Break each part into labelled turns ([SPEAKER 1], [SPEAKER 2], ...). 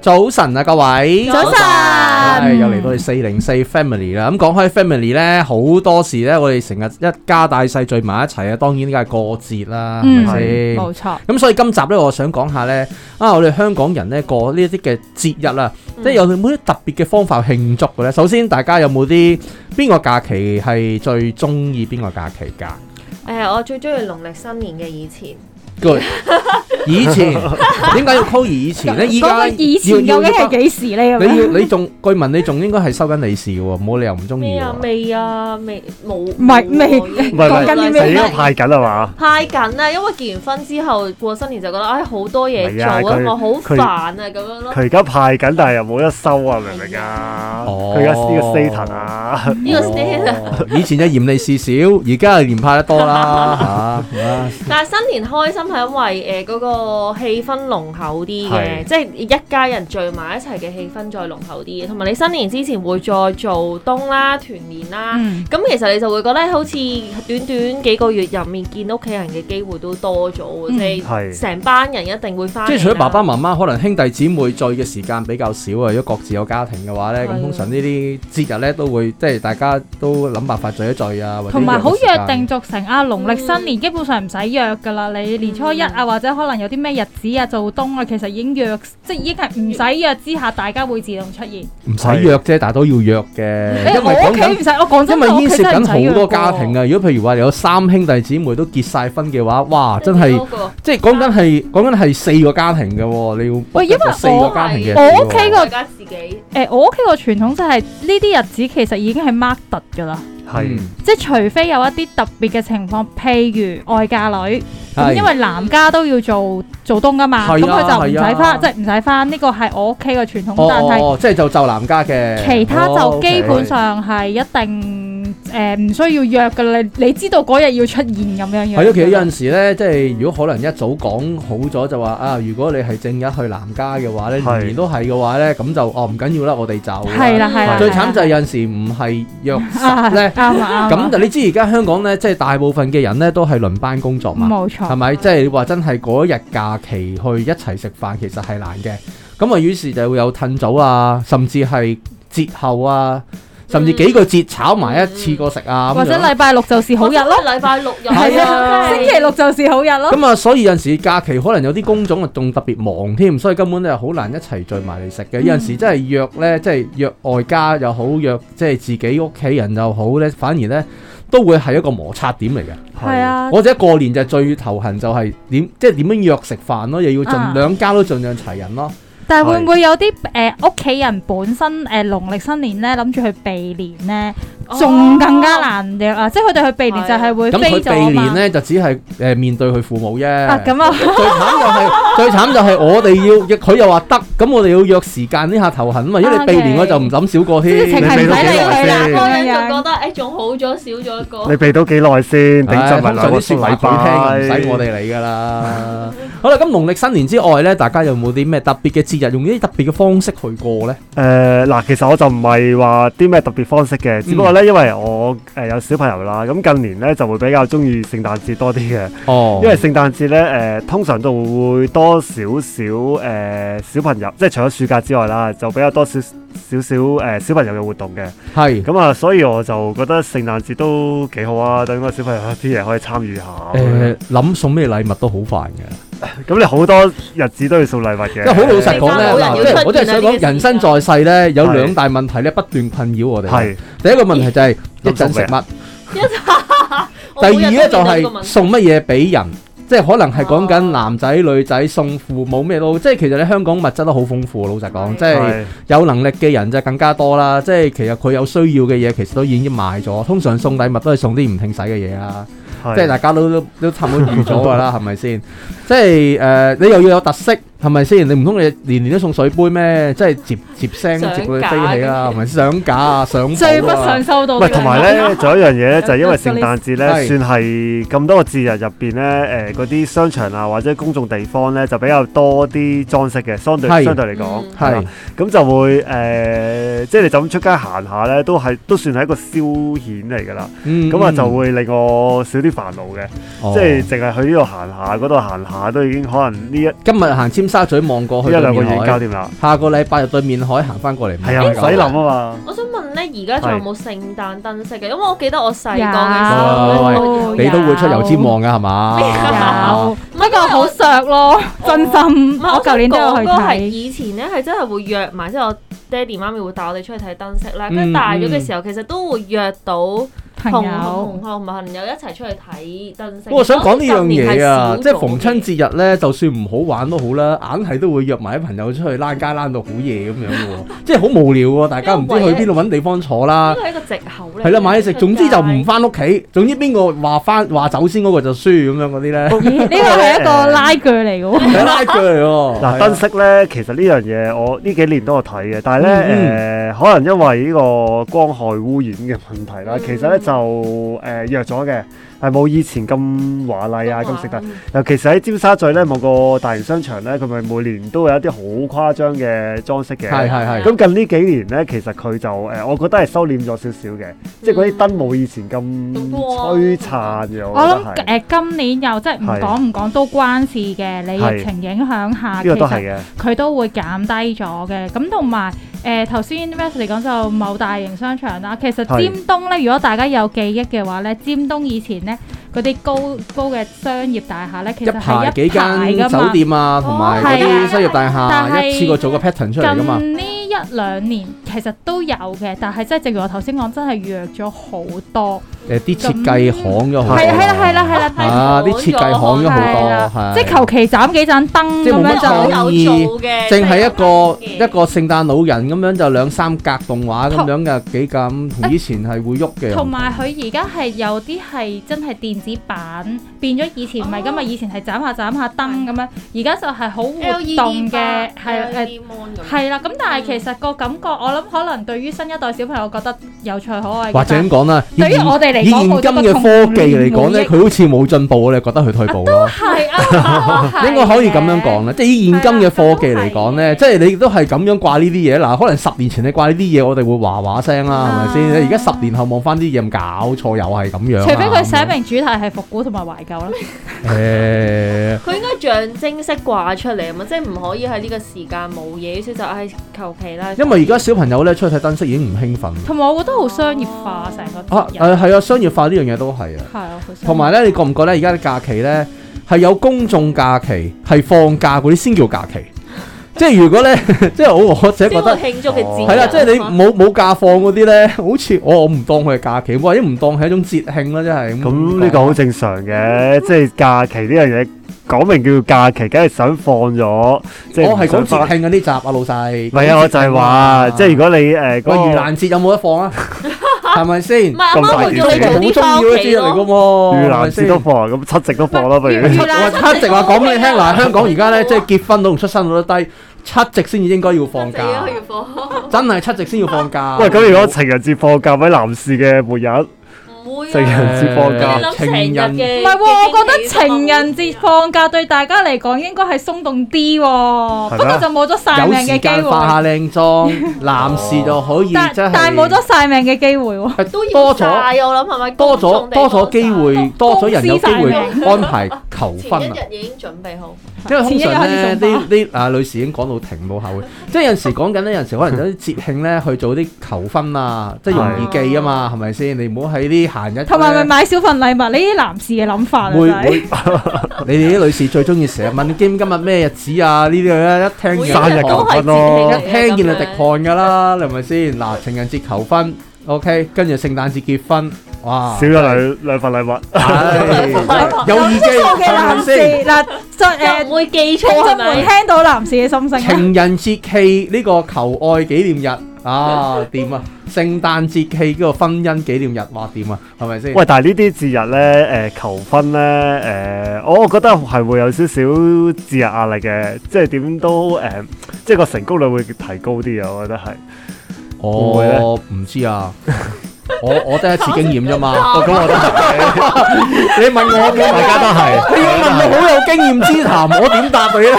[SPEAKER 1] 早晨啊，各位。
[SPEAKER 2] 早晨
[SPEAKER 1] 唉，又嚟到你四零四 family 啦。咁講開 family 咧，好多時咧，我哋成日一家大細聚埋一齊啊，當然梗係過節啦，啊係
[SPEAKER 2] 嗯
[SPEAKER 1] 咪先？
[SPEAKER 2] 冇錯，
[SPEAKER 1] 咁所以今集咧，我想講下咧，啊，我哋香港人咧過呢一啲嘅節日啦，
[SPEAKER 2] 嗯
[SPEAKER 3] 嗯
[SPEAKER 1] 即係有冇啲特別嘅方法去慶祝嘅咧？首先，大家有冇啲邊個假期係最中意邊個假期㗎
[SPEAKER 3] 誒，我最中意農曆新年嘅以前，
[SPEAKER 1] ？Good，以 前點解要 call 以前咧？依
[SPEAKER 2] 嗰
[SPEAKER 1] 家
[SPEAKER 2] 個以前究竟係幾時咧？咁
[SPEAKER 1] 你
[SPEAKER 2] 樣
[SPEAKER 1] 要你仲據聞你仲應該係收緊利是嘅喎，冇理由唔中意
[SPEAKER 3] 咩
[SPEAKER 1] 喎
[SPEAKER 3] 啊？。未啊？未冇？唔
[SPEAKER 2] 係未
[SPEAKER 4] 唔係
[SPEAKER 2] 講緊啲
[SPEAKER 4] 唔
[SPEAKER 2] 咩
[SPEAKER 4] 係，你而家派緊啊嘛？
[SPEAKER 3] 派緊啊！因為結完婚之後過新年就覺得唉好多嘢
[SPEAKER 4] 係啊
[SPEAKER 3] 做啊，
[SPEAKER 4] 佢
[SPEAKER 3] 我好
[SPEAKER 4] 佢
[SPEAKER 3] 煩啊咁樣
[SPEAKER 2] 哦
[SPEAKER 3] 咯
[SPEAKER 4] 佢。而家派緊，但係又冇得收啊，明唔明啊？
[SPEAKER 1] 哦
[SPEAKER 4] 佢而家呢個 status 啊，
[SPEAKER 3] 呢個 state
[SPEAKER 2] 啊
[SPEAKER 1] 哦以前就嫌利是少，而家就嫌派得多 啦嚇。啊
[SPEAKER 3] 但係新年開心係因為誒嗰個氣氛濃厚啲嘅，
[SPEAKER 4] 係
[SPEAKER 3] 即係一家人聚埋一齊嘅氣氛再濃厚啲嘅，同埋你新年之前會再做冬啦、團年啦，
[SPEAKER 2] 嗯
[SPEAKER 3] 咁、其實你就會覺得好似短短幾個月入面見屋企人嘅機會都多咗喎，即係
[SPEAKER 4] 係
[SPEAKER 3] 成班人一定會翻。
[SPEAKER 1] 嗯即係除咗
[SPEAKER 2] 啊
[SPEAKER 1] 爸爸媽媽，可能兄弟姊妹聚嘅時間比較少啊。如果各自有家庭嘅話咧，
[SPEAKER 3] 係啊
[SPEAKER 1] 咁通常呢啲節日咧都會即係大家都諗辦法聚一聚啊，或者
[SPEAKER 2] 同埋好
[SPEAKER 1] 約
[SPEAKER 2] 約
[SPEAKER 1] 個時間
[SPEAKER 2] 定俗成啊！農曆新年基本上唔使約噶啦，你年初一啊，或者可能有啲咩日子啊、做冬啊，其實已經約，即係已經係唔使約之下，大家會自動出現。
[SPEAKER 1] 唔使約啫，但係都要約嘅，因
[SPEAKER 2] 誒，
[SPEAKER 1] 為
[SPEAKER 2] 我
[SPEAKER 1] 講
[SPEAKER 2] 屋企
[SPEAKER 1] 緊
[SPEAKER 2] 唔使，我講真，
[SPEAKER 1] 因為
[SPEAKER 2] 我屋
[SPEAKER 1] 牽
[SPEAKER 2] 企
[SPEAKER 1] 涉
[SPEAKER 2] 真係唔
[SPEAKER 1] 緊
[SPEAKER 2] 使約
[SPEAKER 1] 好多
[SPEAKER 2] 過
[SPEAKER 1] 家庭。啊。如果譬如話有三兄弟姊妹都結晒婚嘅話，哇！真係即係講緊係講緊係四個家庭嘅喎，你要
[SPEAKER 2] 啊喂
[SPEAKER 1] book
[SPEAKER 2] 因為
[SPEAKER 1] 一個四個家庭嘅
[SPEAKER 2] 我
[SPEAKER 1] 日子
[SPEAKER 2] 我屋企
[SPEAKER 1] 喎
[SPEAKER 2] 個
[SPEAKER 3] 大家自己
[SPEAKER 2] 誒，我屋企個傳統就係呢啲日子其實已經係 mark 突噶啦，
[SPEAKER 4] 係
[SPEAKER 1] 嗯
[SPEAKER 2] 即係除非有一啲特別嘅情況，譬如外嫁女。咁
[SPEAKER 1] 係
[SPEAKER 2] 因為男家都要做做冬噶嘛，咁
[SPEAKER 1] 係
[SPEAKER 2] 佢、
[SPEAKER 1] 啊
[SPEAKER 2] 就唔
[SPEAKER 1] 係
[SPEAKER 2] 使
[SPEAKER 1] 啊
[SPEAKER 2] 翻，即係唔使翻。呢個係我屋企嘅傳統，
[SPEAKER 1] 哦
[SPEAKER 2] 但係
[SPEAKER 1] 哦，即係就就男家嘅，
[SPEAKER 2] 其他就
[SPEAKER 1] 哦
[SPEAKER 2] 基本
[SPEAKER 1] OK
[SPEAKER 2] 上係一定誒唔、需要約噶啦。你你知道嗰日要出現咁樣樣。
[SPEAKER 1] 係啊咯，其實有陣時咧，即係如果可能一早講好咗就話啊，如果你係正日去南家嘅話咧，
[SPEAKER 4] 係
[SPEAKER 1] 年年都係嘅話咧，咁就哦唔緊要啦，我哋就
[SPEAKER 2] 係啦係啦，
[SPEAKER 1] 最
[SPEAKER 2] 係啦
[SPEAKER 1] 慘就係有陣時唔係約
[SPEAKER 2] 啊
[SPEAKER 1] 實咧，
[SPEAKER 2] 啱啊
[SPEAKER 1] 咁
[SPEAKER 2] 啱啊，
[SPEAKER 1] 就你知而家香港咧，即係大部分嘅人咧都係輪班工作嘛，
[SPEAKER 2] 冇
[SPEAKER 1] 係
[SPEAKER 2] 錯，
[SPEAKER 1] 咪？即係你話真係嗰日假期去一齊食飯，其實係難嘅。咁啊，於是就會有褪早啊，甚至係節後啊，甚至幾個節炒埋一次過食啊，咁
[SPEAKER 2] 嗯或者
[SPEAKER 1] 樣
[SPEAKER 2] 禮拜六就是好日咯，，
[SPEAKER 3] 禮拜六日
[SPEAKER 1] 係啊
[SPEAKER 2] 星期六就是好日咯。
[SPEAKER 1] 咁啊，所以有陣時假期可能有啲工種啊，仲特別忙添，所以根本咧好難一齊聚埋嚟食
[SPEAKER 2] 嗯
[SPEAKER 1] 嘅。有陣時真係約咧，即係約外家又好，約即係自己屋企人又好咧，反而咧都會係一個摩擦點嚟嘅。
[SPEAKER 2] 係，啊，
[SPEAKER 1] 我覺得過年就最頭痕就係點，即係點樣約食飯咯，又要盡
[SPEAKER 2] 啊
[SPEAKER 1] 兩家都盡量齊人咯。
[SPEAKER 2] 但係會唔會有啲誒屋企人本身誒農曆新年咧諗住去避年咧？
[SPEAKER 3] 哦
[SPEAKER 2] 仲更加難約啊！即係佢哋去避年就係會
[SPEAKER 1] 咁佢
[SPEAKER 2] 飛咗啊
[SPEAKER 1] 避年
[SPEAKER 2] 嘛。
[SPEAKER 1] 咧就只係誒面對佢父母啫。
[SPEAKER 2] 啊咁啊，
[SPEAKER 1] 最慘就係最慘就係我哋要，佢又話得，咁我哋要約時間呢下頭痕啊嘛，因為你避年我就唔諗少過
[SPEAKER 2] 即係
[SPEAKER 1] 添。
[SPEAKER 2] 情係唔使理佢啦，
[SPEAKER 3] 個
[SPEAKER 2] 咁
[SPEAKER 3] 人就
[SPEAKER 2] 樣
[SPEAKER 3] 覺得誒仲好咗少咗一個。
[SPEAKER 4] 你避到幾耐先？頂
[SPEAKER 1] 唉
[SPEAKER 4] 盡
[SPEAKER 1] 通
[SPEAKER 4] 埋
[SPEAKER 1] 常
[SPEAKER 4] 兩個
[SPEAKER 1] 啲説話
[SPEAKER 4] 禮
[SPEAKER 1] 佢聽，唔
[SPEAKER 4] 拜，
[SPEAKER 1] 使我哋理噶啦。好啦，咁農曆新年之外咧，大家有冇啲咩特別嘅節日，用啲特別嘅方式去過咧？
[SPEAKER 4] 誒嗱，其實我就唔係話啲咩特別方式
[SPEAKER 1] 嗯
[SPEAKER 4] 嘅，只不過咧，因為我誒有小朋友啦，咁近年咧就會比較中意聖誕節多啲嘅，
[SPEAKER 1] 哦
[SPEAKER 4] 因為聖誕節咧誒通常都會多少少誒小朋友，即係除咗暑假之外啦，就比較多少少少誒小朋友嘅活動嘅。
[SPEAKER 1] 係
[SPEAKER 4] 咁啊，所以我就覺得聖誕節都幾好啊，等個小朋友啲嘢可以參與下。
[SPEAKER 1] 誒諗送咩禮物都好煩嘅，
[SPEAKER 4] 咁你好多日子都要送禮物嘅，
[SPEAKER 1] 因為好老實講咧，嗱，
[SPEAKER 3] 你
[SPEAKER 1] 即係
[SPEAKER 3] 真係冇人要
[SPEAKER 1] 我真係想講，
[SPEAKER 3] 出現啊
[SPEAKER 1] 人生在世咧有
[SPEAKER 4] 係
[SPEAKER 1] 兩大問題咧不斷困擾我哋。
[SPEAKER 4] 係
[SPEAKER 1] 第一個問題就係一
[SPEAKER 4] 諗送
[SPEAKER 1] 陣食
[SPEAKER 4] 咩
[SPEAKER 1] 乜，
[SPEAKER 3] 我
[SPEAKER 1] 第
[SPEAKER 3] 每日
[SPEAKER 1] 二咧就
[SPEAKER 3] 都見到呢個
[SPEAKER 1] 係
[SPEAKER 3] 問題
[SPEAKER 1] 送乜嘢俾人。即係可能係講緊
[SPEAKER 3] 哦
[SPEAKER 1] 男仔女仔送父母咩都好，即係其實你香港物質都好豐富，老實講，
[SPEAKER 3] 係
[SPEAKER 1] 即係。有能力嘅人就更加多啦，即係其實佢有需要嘅嘢，其實都已經賣咗。通常送禮物都係送啲唔聽使嘅嘢啊啦，
[SPEAKER 4] 係
[SPEAKER 1] 即係大家都都都差唔多預咗㗎啦，係咪 先？即係誒、呃你又要有特色，係咪先？你唔通你年年都送水杯咩？即係接接聲
[SPEAKER 3] 上
[SPEAKER 1] 接到你
[SPEAKER 3] 架
[SPEAKER 1] 飛起啦，係咪上架啊， 上
[SPEAKER 2] 最不
[SPEAKER 1] 報啊
[SPEAKER 2] 想收到
[SPEAKER 4] 唔
[SPEAKER 2] 嘅禮
[SPEAKER 4] 係
[SPEAKER 2] 物。
[SPEAKER 4] 同埋咧，仲有一樣嘢咧，就係因為聖誕節
[SPEAKER 1] 係
[SPEAKER 4] 咧，算係咁多個節日入邊咧，誒嗰啲商場啊或者公眾地方咧，就比較多啲裝飾嘅，相對
[SPEAKER 1] 係
[SPEAKER 4] 相對嚟講
[SPEAKER 3] 嗯
[SPEAKER 4] 係啦
[SPEAKER 1] 係
[SPEAKER 4] 咁就會誒，即係你就咁出街行下咧，都係都算係一個消遣嚟㗎啦。
[SPEAKER 1] 嗯
[SPEAKER 4] 咁啊就會令我少啲煩惱嘅。
[SPEAKER 1] 哦
[SPEAKER 4] 即係淨係去呢度行下，嗰度行下都已經可能呢一
[SPEAKER 1] 今日行尖尖沙咀望過去
[SPEAKER 4] 一兩個
[SPEAKER 1] 對
[SPEAKER 4] 月已
[SPEAKER 1] 面
[SPEAKER 4] 經
[SPEAKER 1] 海
[SPEAKER 4] 搞掂啦。
[SPEAKER 1] 下個禮拜就對面海行翻過嚟。
[SPEAKER 4] 係啊，唔使諗啊嘛。
[SPEAKER 3] 我想問咧，而家仲有冇聖誕燈飾嘅？因為我記得我細個嘅時
[SPEAKER 1] 有
[SPEAKER 3] 候哦咧，
[SPEAKER 1] 你都會出油尖旺噶係嘛？
[SPEAKER 4] 啊
[SPEAKER 2] 有，
[SPEAKER 3] 唔
[SPEAKER 2] 不
[SPEAKER 3] 係因為
[SPEAKER 2] 過
[SPEAKER 3] 我
[SPEAKER 2] 好削咯，真
[SPEAKER 3] 唔
[SPEAKER 2] 心。
[SPEAKER 3] 係，
[SPEAKER 2] 我舊年都有去
[SPEAKER 3] 我想講嗰個係
[SPEAKER 2] 睇，
[SPEAKER 3] 以前咧係真係會約埋，即係我爹哋媽咪會帶我哋出去睇燈飾啦。跟
[SPEAKER 1] 嗯
[SPEAKER 3] 住大咗嘅時候，其實都會約到
[SPEAKER 2] 朋
[SPEAKER 3] 同
[SPEAKER 2] 友
[SPEAKER 3] 同學同朋友一齊出去睇燈飾。
[SPEAKER 1] 我想講呢樣嘢啊，
[SPEAKER 3] 當時
[SPEAKER 1] 即係逢
[SPEAKER 3] 近
[SPEAKER 1] 親
[SPEAKER 3] 年係少咗嘅
[SPEAKER 1] 節日咧，就算唔好玩都好啦，硬係都會約埋啲朋友出去躝街躝到好夜咁樣嘅喎，即係好無聊喎，大家唔知去邊度揾地方坐啦
[SPEAKER 3] 呢。個係一個藉口嚟。
[SPEAKER 1] 啊係啦，買嘢食，總之就唔翻屋企。總之邊個話翻話走先嗰個就輸咁樣嗰啲咧，
[SPEAKER 2] 咦？呢個係一個拉鋸嚟嘅喎。
[SPEAKER 1] 係拉鋸嚟喎。
[SPEAKER 4] 嗱，燈飾咧，其實呢樣嘢我呢幾年都有睇嘅，但係
[SPEAKER 1] 嗯
[SPEAKER 4] 咧誒，可能因為呢個光害污染嘅問題啦，
[SPEAKER 3] 嗯
[SPEAKER 4] 其實咧就誒弱咗嘅，係冇以前咁華麗啊，咁食得。尤其是喺尖沙咀咧，某個大型商場咧，佢咪每年都有一啲好誇張嘅裝飾嘅。
[SPEAKER 1] 係係係。
[SPEAKER 4] 咁近呢幾年咧，其實佢就誒、呃我覺得係收斂咗少少嘅，即係嗰啲燈冇以前咁
[SPEAKER 3] 咁光
[SPEAKER 4] 璀璨嘅，
[SPEAKER 2] 我
[SPEAKER 4] 我覺
[SPEAKER 2] 諗
[SPEAKER 4] 得
[SPEAKER 2] 誒、
[SPEAKER 4] 係。
[SPEAKER 2] 今年又即係唔
[SPEAKER 4] 係
[SPEAKER 2] 講唔講都關事嘅，你疫情影響下，
[SPEAKER 4] 呢
[SPEAKER 2] 其
[SPEAKER 4] 個都
[SPEAKER 2] 實
[SPEAKER 4] 係嘅，
[SPEAKER 2] 佢都會減低咗嘅。咁同埋誒頭先 West 嚟講就某大型商場啦，其實
[SPEAKER 4] 係
[SPEAKER 2] 尖東咧，如果大家有記憶嘅話咧，尖東以前咧嗰啲高高嘅商業大廈咧，其
[SPEAKER 1] 一
[SPEAKER 2] 實係
[SPEAKER 1] 排幾
[SPEAKER 2] 一排
[SPEAKER 1] 間
[SPEAKER 2] 噶
[SPEAKER 1] 酒
[SPEAKER 2] 嘛。
[SPEAKER 1] 店啊，同埋嗰
[SPEAKER 2] 哦係
[SPEAKER 1] 啲
[SPEAKER 2] 啊
[SPEAKER 1] 商業大
[SPEAKER 2] 但
[SPEAKER 1] 廈
[SPEAKER 2] 係
[SPEAKER 1] 一次過做個 pattern 出嚟噶嘛。
[SPEAKER 2] 近呢一兩年其實都有嘅，但係即係正如我頭先講，真係弱咗好多。
[SPEAKER 1] 誒啲設計行咗好多。
[SPEAKER 2] 係係啦係啦係啦係啦，
[SPEAKER 1] 啊！啲設計行咗好
[SPEAKER 2] 係啦
[SPEAKER 1] 多，係
[SPEAKER 2] 即係求其斬幾盞燈
[SPEAKER 1] 即係冇
[SPEAKER 2] 咁
[SPEAKER 3] 啊
[SPEAKER 1] 乜
[SPEAKER 2] 樣就
[SPEAKER 1] 創。
[SPEAKER 3] 有做嘅，
[SPEAKER 1] 淨係一個一
[SPEAKER 3] 個
[SPEAKER 1] 個聖誕老人咁樣就兩三格動畫咁樣嘅幾咁，同以前係會喐嘅。
[SPEAKER 2] 同埋佢而家係有啲係真係電子版變咗，以前唔係㗎嘛，
[SPEAKER 3] 哦
[SPEAKER 2] 以前係斬下斬下燈咁樣，而家就係好活
[SPEAKER 3] LED
[SPEAKER 2] 動嘅，係
[SPEAKER 3] 係
[SPEAKER 2] 誒。
[SPEAKER 3] 係
[SPEAKER 2] 係啦，E 啊咁但係其實個感覺，我諗可能對於新一代小朋友覺得有趣可愛嘅，
[SPEAKER 1] 或者咁講啦，以
[SPEAKER 2] 對於
[SPEAKER 1] 現
[SPEAKER 2] 我哋嚟
[SPEAKER 1] 以現
[SPEAKER 2] 講，
[SPEAKER 1] 今
[SPEAKER 2] 冇咗
[SPEAKER 1] 嘅
[SPEAKER 2] 個
[SPEAKER 1] 科技嚟講咧，
[SPEAKER 2] 童年回憶
[SPEAKER 1] 佢好似冇進步，你覺得佢退步咯？
[SPEAKER 2] 係 啊，
[SPEAKER 1] 應該可以咁樣講啦，即係以現今嘅科技嚟講咧，即係你都係咁樣掛呢啲嘢嗱，可能十年前你掛呢啲嘢，我哋會話話聲啦，係咪先？而家十年後望翻啲嘢，有冇搞錯又係咁樣啊。
[SPEAKER 2] 啊除非佢寫明主題係復古同埋懷舊啦，
[SPEAKER 1] 誒，
[SPEAKER 3] 佢應該象徵式掛出嚟啊嘛，即係唔可以喺呢個時間冇嘢，所以就唉求其啦。
[SPEAKER 1] 因為而家小朋友咧出去睇燈飾已經唔興奮
[SPEAKER 2] 同埋我覺得好商業化成個
[SPEAKER 1] 啊！
[SPEAKER 2] 節日，
[SPEAKER 1] 誒係啊，商業化呢樣嘢都係啊。
[SPEAKER 2] 係啊，好商業
[SPEAKER 1] 同埋咧，你覺唔覺咧？而家啲假期咧係有公眾假期，係放假嗰啲先叫假 期。即係如果咧， 即係我我自己覺
[SPEAKER 3] 即係會
[SPEAKER 1] 得哦
[SPEAKER 3] 慶祝嘅節日，
[SPEAKER 1] 係啦，即係你冇冇假放嗰啲咧，好似我我唔當佢係假期，或者唔當係一種節慶啦，真係。
[SPEAKER 4] 咁呢個好正常嘅，即係假期呢樣嘢講明叫假期，梗係想放咗，即係
[SPEAKER 1] 哦我係
[SPEAKER 4] 唔
[SPEAKER 1] 講
[SPEAKER 4] 想翻
[SPEAKER 1] 節。慶嗰啲集啊，老細。
[SPEAKER 4] 唔係啊，我就係話，即係如果你誒嗰
[SPEAKER 1] 喂，盂
[SPEAKER 4] 個
[SPEAKER 1] 蘭節有冇得放 啊？係咪先
[SPEAKER 3] 唔？係阿媽會叫你早
[SPEAKER 1] 好
[SPEAKER 3] 啲
[SPEAKER 1] 重
[SPEAKER 3] 翻
[SPEAKER 1] 要
[SPEAKER 3] 屋
[SPEAKER 1] 嘅
[SPEAKER 3] 企
[SPEAKER 1] 節日嚟噶
[SPEAKER 3] 咯。
[SPEAKER 1] 喎，
[SPEAKER 4] 盂
[SPEAKER 1] 係
[SPEAKER 4] 蘭
[SPEAKER 1] 咪
[SPEAKER 4] 節
[SPEAKER 1] 先
[SPEAKER 4] 都放，咁七夕都放啦，不如。
[SPEAKER 2] 盂
[SPEAKER 1] 我
[SPEAKER 2] 蘭
[SPEAKER 1] 話七夕話講俾你聽
[SPEAKER 4] 啊
[SPEAKER 1] 嗱，香港而家咧即係結婚率同出生率都低，七夕先至應該要放
[SPEAKER 3] 死啊
[SPEAKER 1] 假
[SPEAKER 3] 佢，要放
[SPEAKER 1] 真係七夕先要放假。
[SPEAKER 4] 喂，咁如果情人節放假喺男士嘅末
[SPEAKER 1] 啊
[SPEAKER 4] 日？
[SPEAKER 3] 唔會
[SPEAKER 4] 成
[SPEAKER 1] 誒
[SPEAKER 4] 日
[SPEAKER 3] 啊！
[SPEAKER 4] 節放假
[SPEAKER 3] 你諗成日嘅，
[SPEAKER 2] 唔係喎，我覺得情人節
[SPEAKER 3] 啊
[SPEAKER 2] 放假對大家嚟講應該係鬆動啲喎，
[SPEAKER 4] 係咩
[SPEAKER 2] 不過就冇咗晒
[SPEAKER 1] 有
[SPEAKER 2] 命嘅
[SPEAKER 1] 時
[SPEAKER 2] 機
[SPEAKER 1] 間化
[SPEAKER 2] 會，
[SPEAKER 1] 下靚 妝，男士就可以
[SPEAKER 2] 但
[SPEAKER 1] 真係。
[SPEAKER 2] 但係冇咗晒命嘅機會喎。
[SPEAKER 3] 都要
[SPEAKER 1] 多
[SPEAKER 3] 晒
[SPEAKER 1] 咗
[SPEAKER 3] 我諗係咪
[SPEAKER 1] 多咗多咗機會，多咗人有機會
[SPEAKER 2] 公
[SPEAKER 1] 安排求
[SPEAKER 3] 前
[SPEAKER 1] 婚
[SPEAKER 3] 一
[SPEAKER 1] 啊！
[SPEAKER 3] 日已經準備好，
[SPEAKER 1] 因為通常咧，
[SPEAKER 2] 前一日開始
[SPEAKER 1] 呢呢啊女士已經講到停冇後嘅，即係有陣時講緊咧，有陣時可能有啲節慶咧去做啲求婚啊，即係容易記啊嘛，係咪先？你唔好喺啲閒日
[SPEAKER 2] 同埋咪
[SPEAKER 1] 咧
[SPEAKER 2] 買小份禮物，呢啲男士嘅諗法啊，真
[SPEAKER 1] 會
[SPEAKER 2] 係
[SPEAKER 1] 會， 你哋啲女士最中意成日問今今日咩日子啊？呢啲咧一聽
[SPEAKER 3] 每
[SPEAKER 1] 見
[SPEAKER 3] 一
[SPEAKER 4] 生日
[SPEAKER 3] 日都
[SPEAKER 4] 求
[SPEAKER 3] 係
[SPEAKER 4] 婚
[SPEAKER 1] 一
[SPEAKER 3] 節
[SPEAKER 4] 咯
[SPEAKER 3] 氣嚟嘅
[SPEAKER 1] 聽見就
[SPEAKER 3] 咁
[SPEAKER 1] 滴
[SPEAKER 3] 樣
[SPEAKER 1] 汗㗎啦，你係咪先？嗱，情人節求婚，OK，跟住聖誕節結婚，哇！
[SPEAKER 4] 少咗兩兩份禮物，
[SPEAKER 1] 唉有耳機
[SPEAKER 2] 有嘅
[SPEAKER 1] 係
[SPEAKER 2] 男
[SPEAKER 1] 咪
[SPEAKER 2] 士
[SPEAKER 1] 先？
[SPEAKER 2] 嗱，就
[SPEAKER 3] 又唔
[SPEAKER 2] 誒，
[SPEAKER 3] 會記錯
[SPEAKER 2] 聽
[SPEAKER 3] 係
[SPEAKER 2] 眾們
[SPEAKER 3] 咪？
[SPEAKER 2] 聽到男士嘅心聲啊 啦，
[SPEAKER 1] 情人節期呢個求愛紀念日啊，掂啊！聖誕節期嗰個婚姻紀念日，哇，掂啊，係咪先？
[SPEAKER 4] 喂，但係呢啲節日咧，誒、求婚咧，誒、我覺得係會有少少節日壓力嘅，即係點都誒、即係個成功率會提高啲啊！我覺得係，會唔會呢
[SPEAKER 1] 我唔知啊，我我得一次經驗啫嘛。
[SPEAKER 4] 哦咁我都係，
[SPEAKER 1] 你問 我嘅，
[SPEAKER 4] 大家都係，
[SPEAKER 1] 你要問我好有經驗之談，我點答你咧？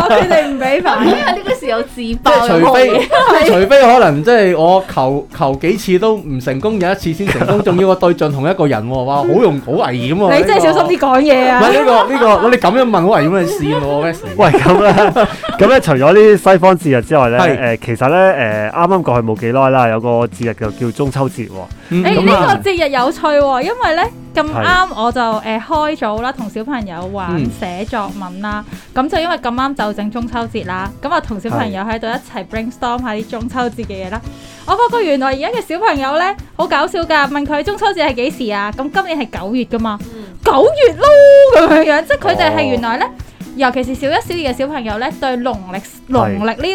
[SPEAKER 5] 佢哋唔俾
[SPEAKER 3] 因
[SPEAKER 5] 牌。
[SPEAKER 3] 為呢個時候自
[SPEAKER 1] 即
[SPEAKER 3] 爆
[SPEAKER 1] 係除非，
[SPEAKER 3] 有冇嘢
[SPEAKER 1] 即係 除非可能即係我求求幾次都唔成功，有一次先成功，仲要我對盡同一個人喎，哇！好容好危險喎。
[SPEAKER 5] 你真係小心啲
[SPEAKER 1] 啲。
[SPEAKER 5] 講嘢
[SPEAKER 1] 唔
[SPEAKER 5] 啊！
[SPEAKER 1] 係呢個呢個，你咁樣問好危險，你試我 Wesley。
[SPEAKER 4] 喂咁咧，咁咧除咗呢啲西方節日之外咧，
[SPEAKER 1] 係
[SPEAKER 4] 誒其實咧誒啱啱過去冇幾耐啦，有個節日就叫中秋節喎。
[SPEAKER 1] 嗯
[SPEAKER 2] 誒
[SPEAKER 4] 咁
[SPEAKER 2] 呢
[SPEAKER 4] 啊
[SPEAKER 2] 個節日有趣喎，因為咧咁
[SPEAKER 4] 係
[SPEAKER 2] 啱我就誒開組啦，同小朋友玩
[SPEAKER 1] 嗯
[SPEAKER 2] 寫作文啦。咁就因為咁啱就正中秋節啦，咁啊同小朋友喺度一齊 brainstorm 下啲中秋節嘅嘢啦。我發覺原來而家嘅小朋友咧好搞笑㗎，問佢中秋節係幾時啊？咁今年係九月㗎嘛，九月咯咁樣樣，即係佢哋係
[SPEAKER 1] 哦
[SPEAKER 2] 原來咧。尤其是小一、小二嘅小朋友咧，對農曆農曆呢、個，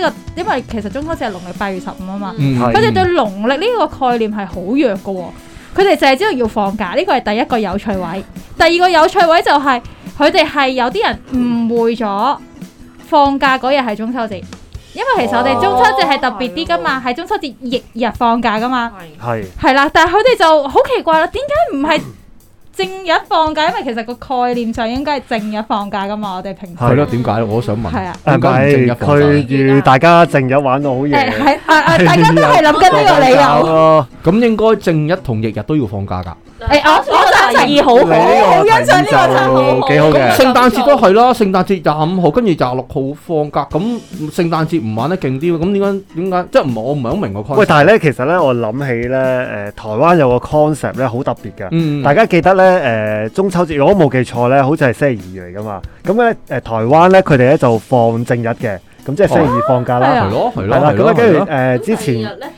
[SPEAKER 2] 因為其實中秋節係農曆八月十五啊嘛，
[SPEAKER 1] 嗯
[SPEAKER 4] 係
[SPEAKER 2] 佢哋對農曆呢個概念係好弱嘅喎、佢哋淨係知道要放假，呢個係第一個有趣位。第二個有趣位就係佢哋係有啲人誤會咗放假嗰日係中秋節，因為其實我哋中秋節係特別啲噶嘛，哦係中秋節翌日放假噶嘛，
[SPEAKER 3] 係
[SPEAKER 4] 係
[SPEAKER 2] 係啦。但係佢哋就好奇怪啦，點解唔係正日放假？因為其實個概念上應該係正日放假噶嘛，我哋平時
[SPEAKER 1] 係咯，點解？我都想問。
[SPEAKER 2] 係啊
[SPEAKER 1] 點
[SPEAKER 4] 誒唔
[SPEAKER 1] 解唔正一
[SPEAKER 4] 係
[SPEAKER 1] 放手
[SPEAKER 4] 佢預大家正日玩到好
[SPEAKER 2] 誒
[SPEAKER 4] 夜，
[SPEAKER 2] 係啊啊大家都係諗緊呢個理由。
[SPEAKER 4] 由。
[SPEAKER 1] 咁應該正一同日日都要放假㗎。
[SPEAKER 2] 誒我我想提議好
[SPEAKER 4] 你呢個提議就幾好
[SPEAKER 1] 咁
[SPEAKER 4] 嘅，
[SPEAKER 1] 聖誕節都係啦，聖誕節廿五號，跟住廿六號放假，咁聖誕節唔玩得勁啲，咁點解點解？即係唔係我唔係好明個 concept。
[SPEAKER 4] 喂，但係咧，其實咧，我諗起咧，誒台灣有個 concept 咧，好特別嘅。
[SPEAKER 1] 嗯，
[SPEAKER 4] 大家記得咧，誒、中秋節，如果冇記錯咧，好似係星期二嚟噶嘛。咁咧誒台灣咧，佢哋咧就放正日嘅，咁即係星期二放假
[SPEAKER 2] 哦
[SPEAKER 3] 啊
[SPEAKER 4] 啦。
[SPEAKER 1] 係咯係
[SPEAKER 4] 係
[SPEAKER 1] 咯
[SPEAKER 4] 啦，
[SPEAKER 1] 係
[SPEAKER 4] 咁咧
[SPEAKER 1] 咯，
[SPEAKER 4] 啊跟
[SPEAKER 1] 係
[SPEAKER 4] 住
[SPEAKER 1] 咯
[SPEAKER 4] 誒之前
[SPEAKER 3] 第二日咧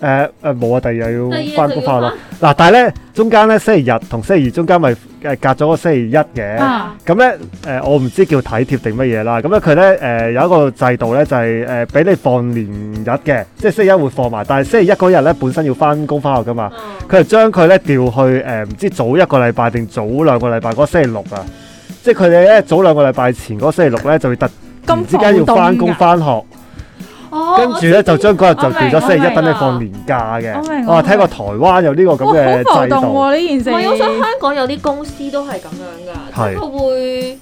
[SPEAKER 4] 誒誒冇啊，第二日
[SPEAKER 3] 第二日
[SPEAKER 4] 要
[SPEAKER 3] 就
[SPEAKER 4] 翻工翻
[SPEAKER 3] 要
[SPEAKER 4] 學啦。嗱，但係咧中間咧星期日同星期二中間咪誒隔咗個星期一嘅。
[SPEAKER 2] 啊
[SPEAKER 4] 咁咧誒，我唔知叫體貼定乜嘢啦。咁咧佢咧誒有一個制度咧，就係誒俾你放連日嘅，即係星期一會放埋，但係星期一嗰日咧本身要翻工翻學噶嘛，
[SPEAKER 3] 嗯
[SPEAKER 4] 佢就將佢咧調去誒唔知早一個禮拜定早兩個禮拜嗰個星期六啊，即係佢哋咧早兩個禮拜前嗰個星期六咧就會突然之間要翻工翻學，
[SPEAKER 2] 哦
[SPEAKER 4] 跟住咧就將嗰日就調咗星期一
[SPEAKER 2] 我
[SPEAKER 4] 等
[SPEAKER 2] 明
[SPEAKER 4] 你放年假嘅
[SPEAKER 2] 我明。
[SPEAKER 4] 我
[SPEAKER 2] 我
[SPEAKER 4] 話
[SPEAKER 2] 明
[SPEAKER 4] 聽過台灣有呢個咁嘅
[SPEAKER 2] 哇，好浮
[SPEAKER 4] 制
[SPEAKER 2] 動
[SPEAKER 4] 度。
[SPEAKER 2] 喎呢件
[SPEAKER 3] 唔
[SPEAKER 2] 事。
[SPEAKER 3] 係，我想香港有啲公司都係咁樣㗎，即
[SPEAKER 4] 係
[SPEAKER 3] 係佢會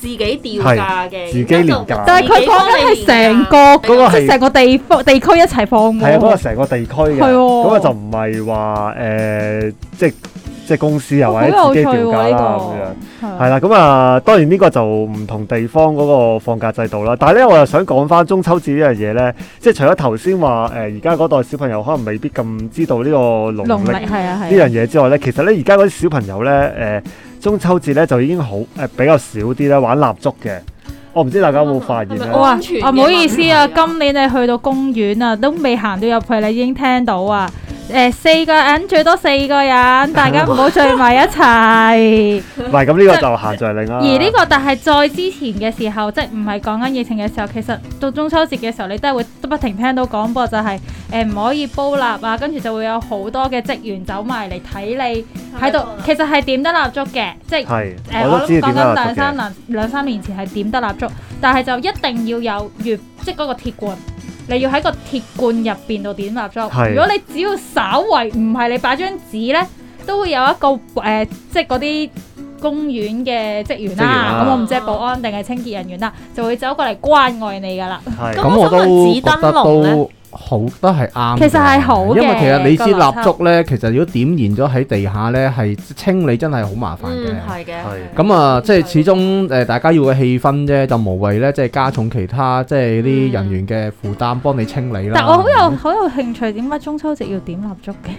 [SPEAKER 3] 自己調假嘅，
[SPEAKER 4] 自己連假
[SPEAKER 2] 但係佢講緊係成個
[SPEAKER 4] 嗰個
[SPEAKER 2] 即
[SPEAKER 4] 係
[SPEAKER 2] 係成個地方地區一齊放喎。
[SPEAKER 4] 係啊，嗰個成個地區嘅，
[SPEAKER 2] 係喎
[SPEAKER 4] 咁啊就唔係話誒，即即公司又
[SPEAKER 2] 好
[SPEAKER 4] 或者
[SPEAKER 2] 有
[SPEAKER 4] 自己
[SPEAKER 2] 趣
[SPEAKER 4] 調
[SPEAKER 2] 喎
[SPEAKER 4] 假
[SPEAKER 2] 呢
[SPEAKER 4] 啦咁樣。
[SPEAKER 2] 個
[SPEAKER 4] 係啦，咁啊，當然呢個就唔同地方嗰個放假制度啦。但係咧，我又想講翻中秋節呢樣嘢咧，即係除咗頭先話誒，呃而家嗰代小朋友可能未必咁知道呢個農
[SPEAKER 2] 農
[SPEAKER 4] 曆
[SPEAKER 2] 曆係啊
[SPEAKER 4] 呢
[SPEAKER 2] 係
[SPEAKER 4] 樣
[SPEAKER 2] 啊。
[SPEAKER 4] 嘢之外咧，其實咧而家嗰啲小朋友咧，誒、中秋節咧就已經好誒、比較少啲咧玩蠟燭嘅。我唔知大家
[SPEAKER 2] 哦
[SPEAKER 4] 有冇發現
[SPEAKER 3] 係
[SPEAKER 4] 咧
[SPEAKER 3] 咪？
[SPEAKER 2] 哇！
[SPEAKER 3] 安全嘅
[SPEAKER 2] 啊唔好意思啊，
[SPEAKER 3] 問題啊
[SPEAKER 2] 今年你去到公園啊，都未行到入去，你已經聽到啊！誒，四個人最多四個人，大家唔好聚埋一齊。
[SPEAKER 4] 唔係咁呢個就限聚令啦。
[SPEAKER 2] 而呢個但係再之前嘅時候，即係唔係講緊疫情嘅時候，其實到中秋節嘅時候，你都係會不停聽到廣播就係誒唔可以煲蠟啊，跟住就會有好多嘅職員走埋嚟睇你喺度，其實係點得蠟燭嘅，即係。
[SPEAKER 4] 係
[SPEAKER 2] 誒、，
[SPEAKER 4] 我
[SPEAKER 2] 我諗
[SPEAKER 4] 都知道
[SPEAKER 2] 講
[SPEAKER 4] 點啊
[SPEAKER 2] 緊兩
[SPEAKER 4] 啦。蠟燭嘅
[SPEAKER 2] 三年兩三年前係點得蠟燭，但係就一定要有月，即係嗰個鐵罐，你要喺個鐵罐入邊度點蠟燭。
[SPEAKER 4] 係
[SPEAKER 2] 如果你只要稍為唔係你擺張紙咧，都會有一個誒、呃即係嗰啲公園嘅職員
[SPEAKER 4] 職員
[SPEAKER 2] 啦。
[SPEAKER 4] 啦
[SPEAKER 2] 咁、我唔知係保安定係清潔人員啦，就會走過嚟關愛你噶啦。
[SPEAKER 4] 係
[SPEAKER 1] 咁我都覺得
[SPEAKER 3] 咁我想問紙燈籠
[SPEAKER 1] 都好都係啱嘅。
[SPEAKER 2] 其實係好嘅
[SPEAKER 1] 因為其實你知
[SPEAKER 2] 個邏輯
[SPEAKER 1] 蠟燭咧，其實如果點燃咗喺地下咧，係清理真係好麻煩嘅。
[SPEAKER 3] 嗯係嘅，
[SPEAKER 4] 係
[SPEAKER 3] 係
[SPEAKER 1] 咁啊，即係始終誒，大家要嘅氣氛啫，就無謂咧，即係加重其他即係啲人員嘅負擔，幫你清理啦。
[SPEAKER 2] 但我好有好有興趣，點解中秋節要點蠟燭嘅？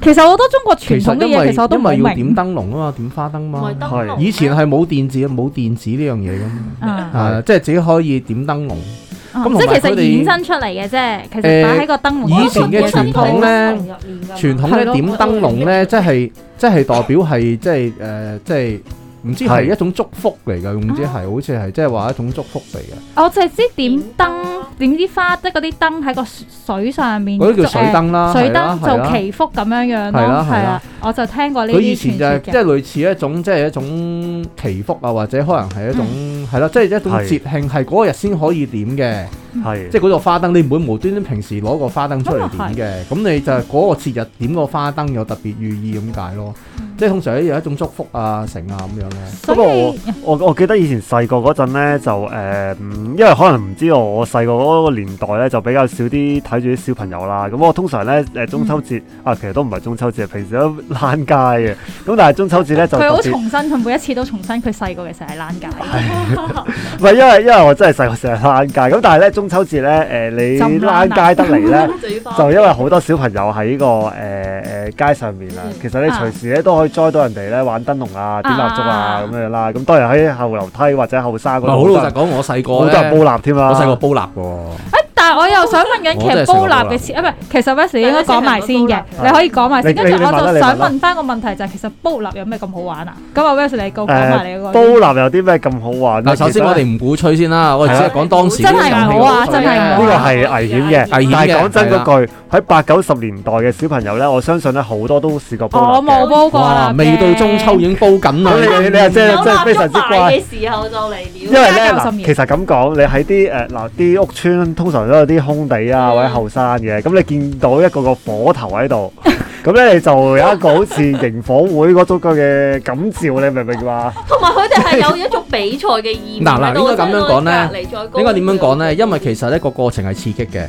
[SPEAKER 2] 其實好多中國
[SPEAKER 1] 其
[SPEAKER 2] 傳
[SPEAKER 1] 實
[SPEAKER 2] 統嘅
[SPEAKER 1] 因
[SPEAKER 2] 嘢，
[SPEAKER 1] 為
[SPEAKER 2] 其實我都唔
[SPEAKER 1] 因為要點
[SPEAKER 2] 明。
[SPEAKER 1] 燈籠啊嘛，點花燈
[SPEAKER 3] 唔係
[SPEAKER 1] 嘛。
[SPEAKER 3] 燈籠
[SPEAKER 1] 以前係冇電子冇電子呢樣嘢噶嘛，
[SPEAKER 2] 啊
[SPEAKER 1] 啊即係自己可以點燈籠。
[SPEAKER 2] 哦
[SPEAKER 1] 咁同
[SPEAKER 2] 即
[SPEAKER 1] 埋
[SPEAKER 2] 係其實
[SPEAKER 1] 佢哋
[SPEAKER 2] 衍生出嚟嘅啫，其實擺喺個燈籠
[SPEAKER 1] 以前嘅傳統呢傳統咧
[SPEAKER 2] 係咯
[SPEAKER 1] 點燈籠咧，即係即係代表係即係誒，即係唔知係
[SPEAKER 4] 係
[SPEAKER 2] 哦
[SPEAKER 1] 一種祝福嚟㗎，總之係好似係即係話一種祝福嚟嘅。
[SPEAKER 2] 我就係知點燈點啲花即係嗰啲燈喺個水上面，
[SPEAKER 1] 嗰啲叫
[SPEAKER 2] 就
[SPEAKER 1] 水
[SPEAKER 2] 誒
[SPEAKER 1] 呃燈啦，
[SPEAKER 2] 水
[SPEAKER 1] 係啦
[SPEAKER 2] 燈
[SPEAKER 1] 係啦
[SPEAKER 2] 做祈福咁樣樣
[SPEAKER 1] 係啦
[SPEAKER 2] 咯，
[SPEAKER 1] 係啦
[SPEAKER 2] 係啦，我就聽過呢
[SPEAKER 1] 佢以
[SPEAKER 2] 啲
[SPEAKER 1] 前
[SPEAKER 2] 傳
[SPEAKER 1] 就係
[SPEAKER 2] 說
[SPEAKER 1] 即係
[SPEAKER 2] 嘅，
[SPEAKER 1] 類似一種即係一種祈福啊，或者可能係一種
[SPEAKER 2] 嗯
[SPEAKER 1] 係啦，即係一種
[SPEAKER 4] 係
[SPEAKER 1] 節慶，係嗰日先可以點嘅，
[SPEAKER 4] 係
[SPEAKER 1] 即係嗰個花燈你唔會無端端平時攞個花燈出嚟
[SPEAKER 2] 啊
[SPEAKER 1] 點嘅，咁你就係嗰個節日點個花燈有特別寓意咁解咯，
[SPEAKER 2] 嗯
[SPEAKER 1] 即係通常有一種祝福啊、成啊咁樣嘅，
[SPEAKER 2] 所
[SPEAKER 4] 不過我
[SPEAKER 2] 以
[SPEAKER 4] 我我記得以前細個嗰陣咧就誒、嗯因為可能唔知道我細個嗰個年代咧就比較少啲睇住啲小朋友啦。咁我通常咧誒中秋
[SPEAKER 2] 嗯
[SPEAKER 4] 節、啊，其實都唔係中秋節，平時都躝街 嘅。咁但係中秋節咧就
[SPEAKER 2] 佢
[SPEAKER 4] 特
[SPEAKER 2] 好
[SPEAKER 4] 別，
[SPEAKER 2] 重申，佢每一次都重申佢細個嘅時候係躝街，
[SPEAKER 4] 唔係因為因為我真係細個成日躝街。咁但係咧中秋節咧誒、
[SPEAKER 2] 就唔
[SPEAKER 4] 你
[SPEAKER 2] 躝啦
[SPEAKER 4] 躝街得嚟咧。
[SPEAKER 3] 就要翻
[SPEAKER 4] 就因為好多小朋友喺呢個誒誒街上面啊
[SPEAKER 3] 嗯，
[SPEAKER 4] 其實你
[SPEAKER 2] 啊
[SPEAKER 4] 隨時咧都可以栽到人哋咧玩燈籠啊、點蠟燭啊咁樣啦。咁當然喺後樓梯或者後山嗰
[SPEAKER 1] 唔
[SPEAKER 4] 度，
[SPEAKER 1] 係好老實講，我細
[SPEAKER 4] 好
[SPEAKER 1] 個
[SPEAKER 4] 多
[SPEAKER 1] 咧，
[SPEAKER 4] 人煲蠟添啊啦。
[SPEAKER 1] 我細個煲蠟喎。
[SPEAKER 2] 但係我又想問緊，其
[SPEAKER 1] 我真係
[SPEAKER 2] 實
[SPEAKER 1] 食過
[SPEAKER 2] 煲蠟嘅切，啊唔係，其實 Wes 應該講埋先嘅，
[SPEAKER 3] 係
[SPEAKER 2] 你可以講埋先。
[SPEAKER 4] 你
[SPEAKER 2] 跟住
[SPEAKER 4] 你
[SPEAKER 2] 我
[SPEAKER 4] 問啦
[SPEAKER 2] 就
[SPEAKER 4] 你
[SPEAKER 2] 想
[SPEAKER 4] 問啦
[SPEAKER 2] 問翻個問題，就係其實煲蠟有咩咁好玩啊？咁啊 Wes 你告講埋你嗰
[SPEAKER 4] 誒
[SPEAKER 2] 個
[SPEAKER 4] 呃煲蠟有啲咩咁好玩啊咧？
[SPEAKER 1] 嗱，首先我哋唔鼓吹先啦，我哋只係講當時
[SPEAKER 2] 真係唔好啊真係唔
[SPEAKER 4] 呢
[SPEAKER 2] 好
[SPEAKER 4] 個
[SPEAKER 2] 啊
[SPEAKER 4] 係危險嘅，
[SPEAKER 1] 危險嘅
[SPEAKER 4] 但係講真嗰句，喺八九十年代嘅小朋友咧，我相信咧好多都試過煲
[SPEAKER 2] 我
[SPEAKER 4] 蠟嘅
[SPEAKER 2] 冇。煲過
[SPEAKER 1] 哇，
[SPEAKER 2] 啦，
[SPEAKER 1] 未到中秋已經煲緊啦。
[SPEAKER 4] 咁你你又即係即係非常之乖。
[SPEAKER 3] 嘅時候就嚟
[SPEAKER 4] 因
[SPEAKER 3] 了，
[SPEAKER 4] 為咧
[SPEAKER 2] 加九十
[SPEAKER 4] 嗱，
[SPEAKER 2] 年
[SPEAKER 4] 其實咁講，你喺啲誒嗱啲屋村通常都有啲空地啊
[SPEAKER 3] 嗯
[SPEAKER 4] 或者後山嘅，咁你見到一個個火頭喺度， 咁咧你就有一個好似營火會嗰種嘅感召，你明唔明嘛？
[SPEAKER 3] 同埋佢哋係有一種比賽嘅意味
[SPEAKER 1] 嗱嗱
[SPEAKER 3] 喺度。
[SPEAKER 1] 應該咁樣講呢
[SPEAKER 3] 咧，
[SPEAKER 1] 應該點樣講呢？因為其實呢個過程係刺激嘅，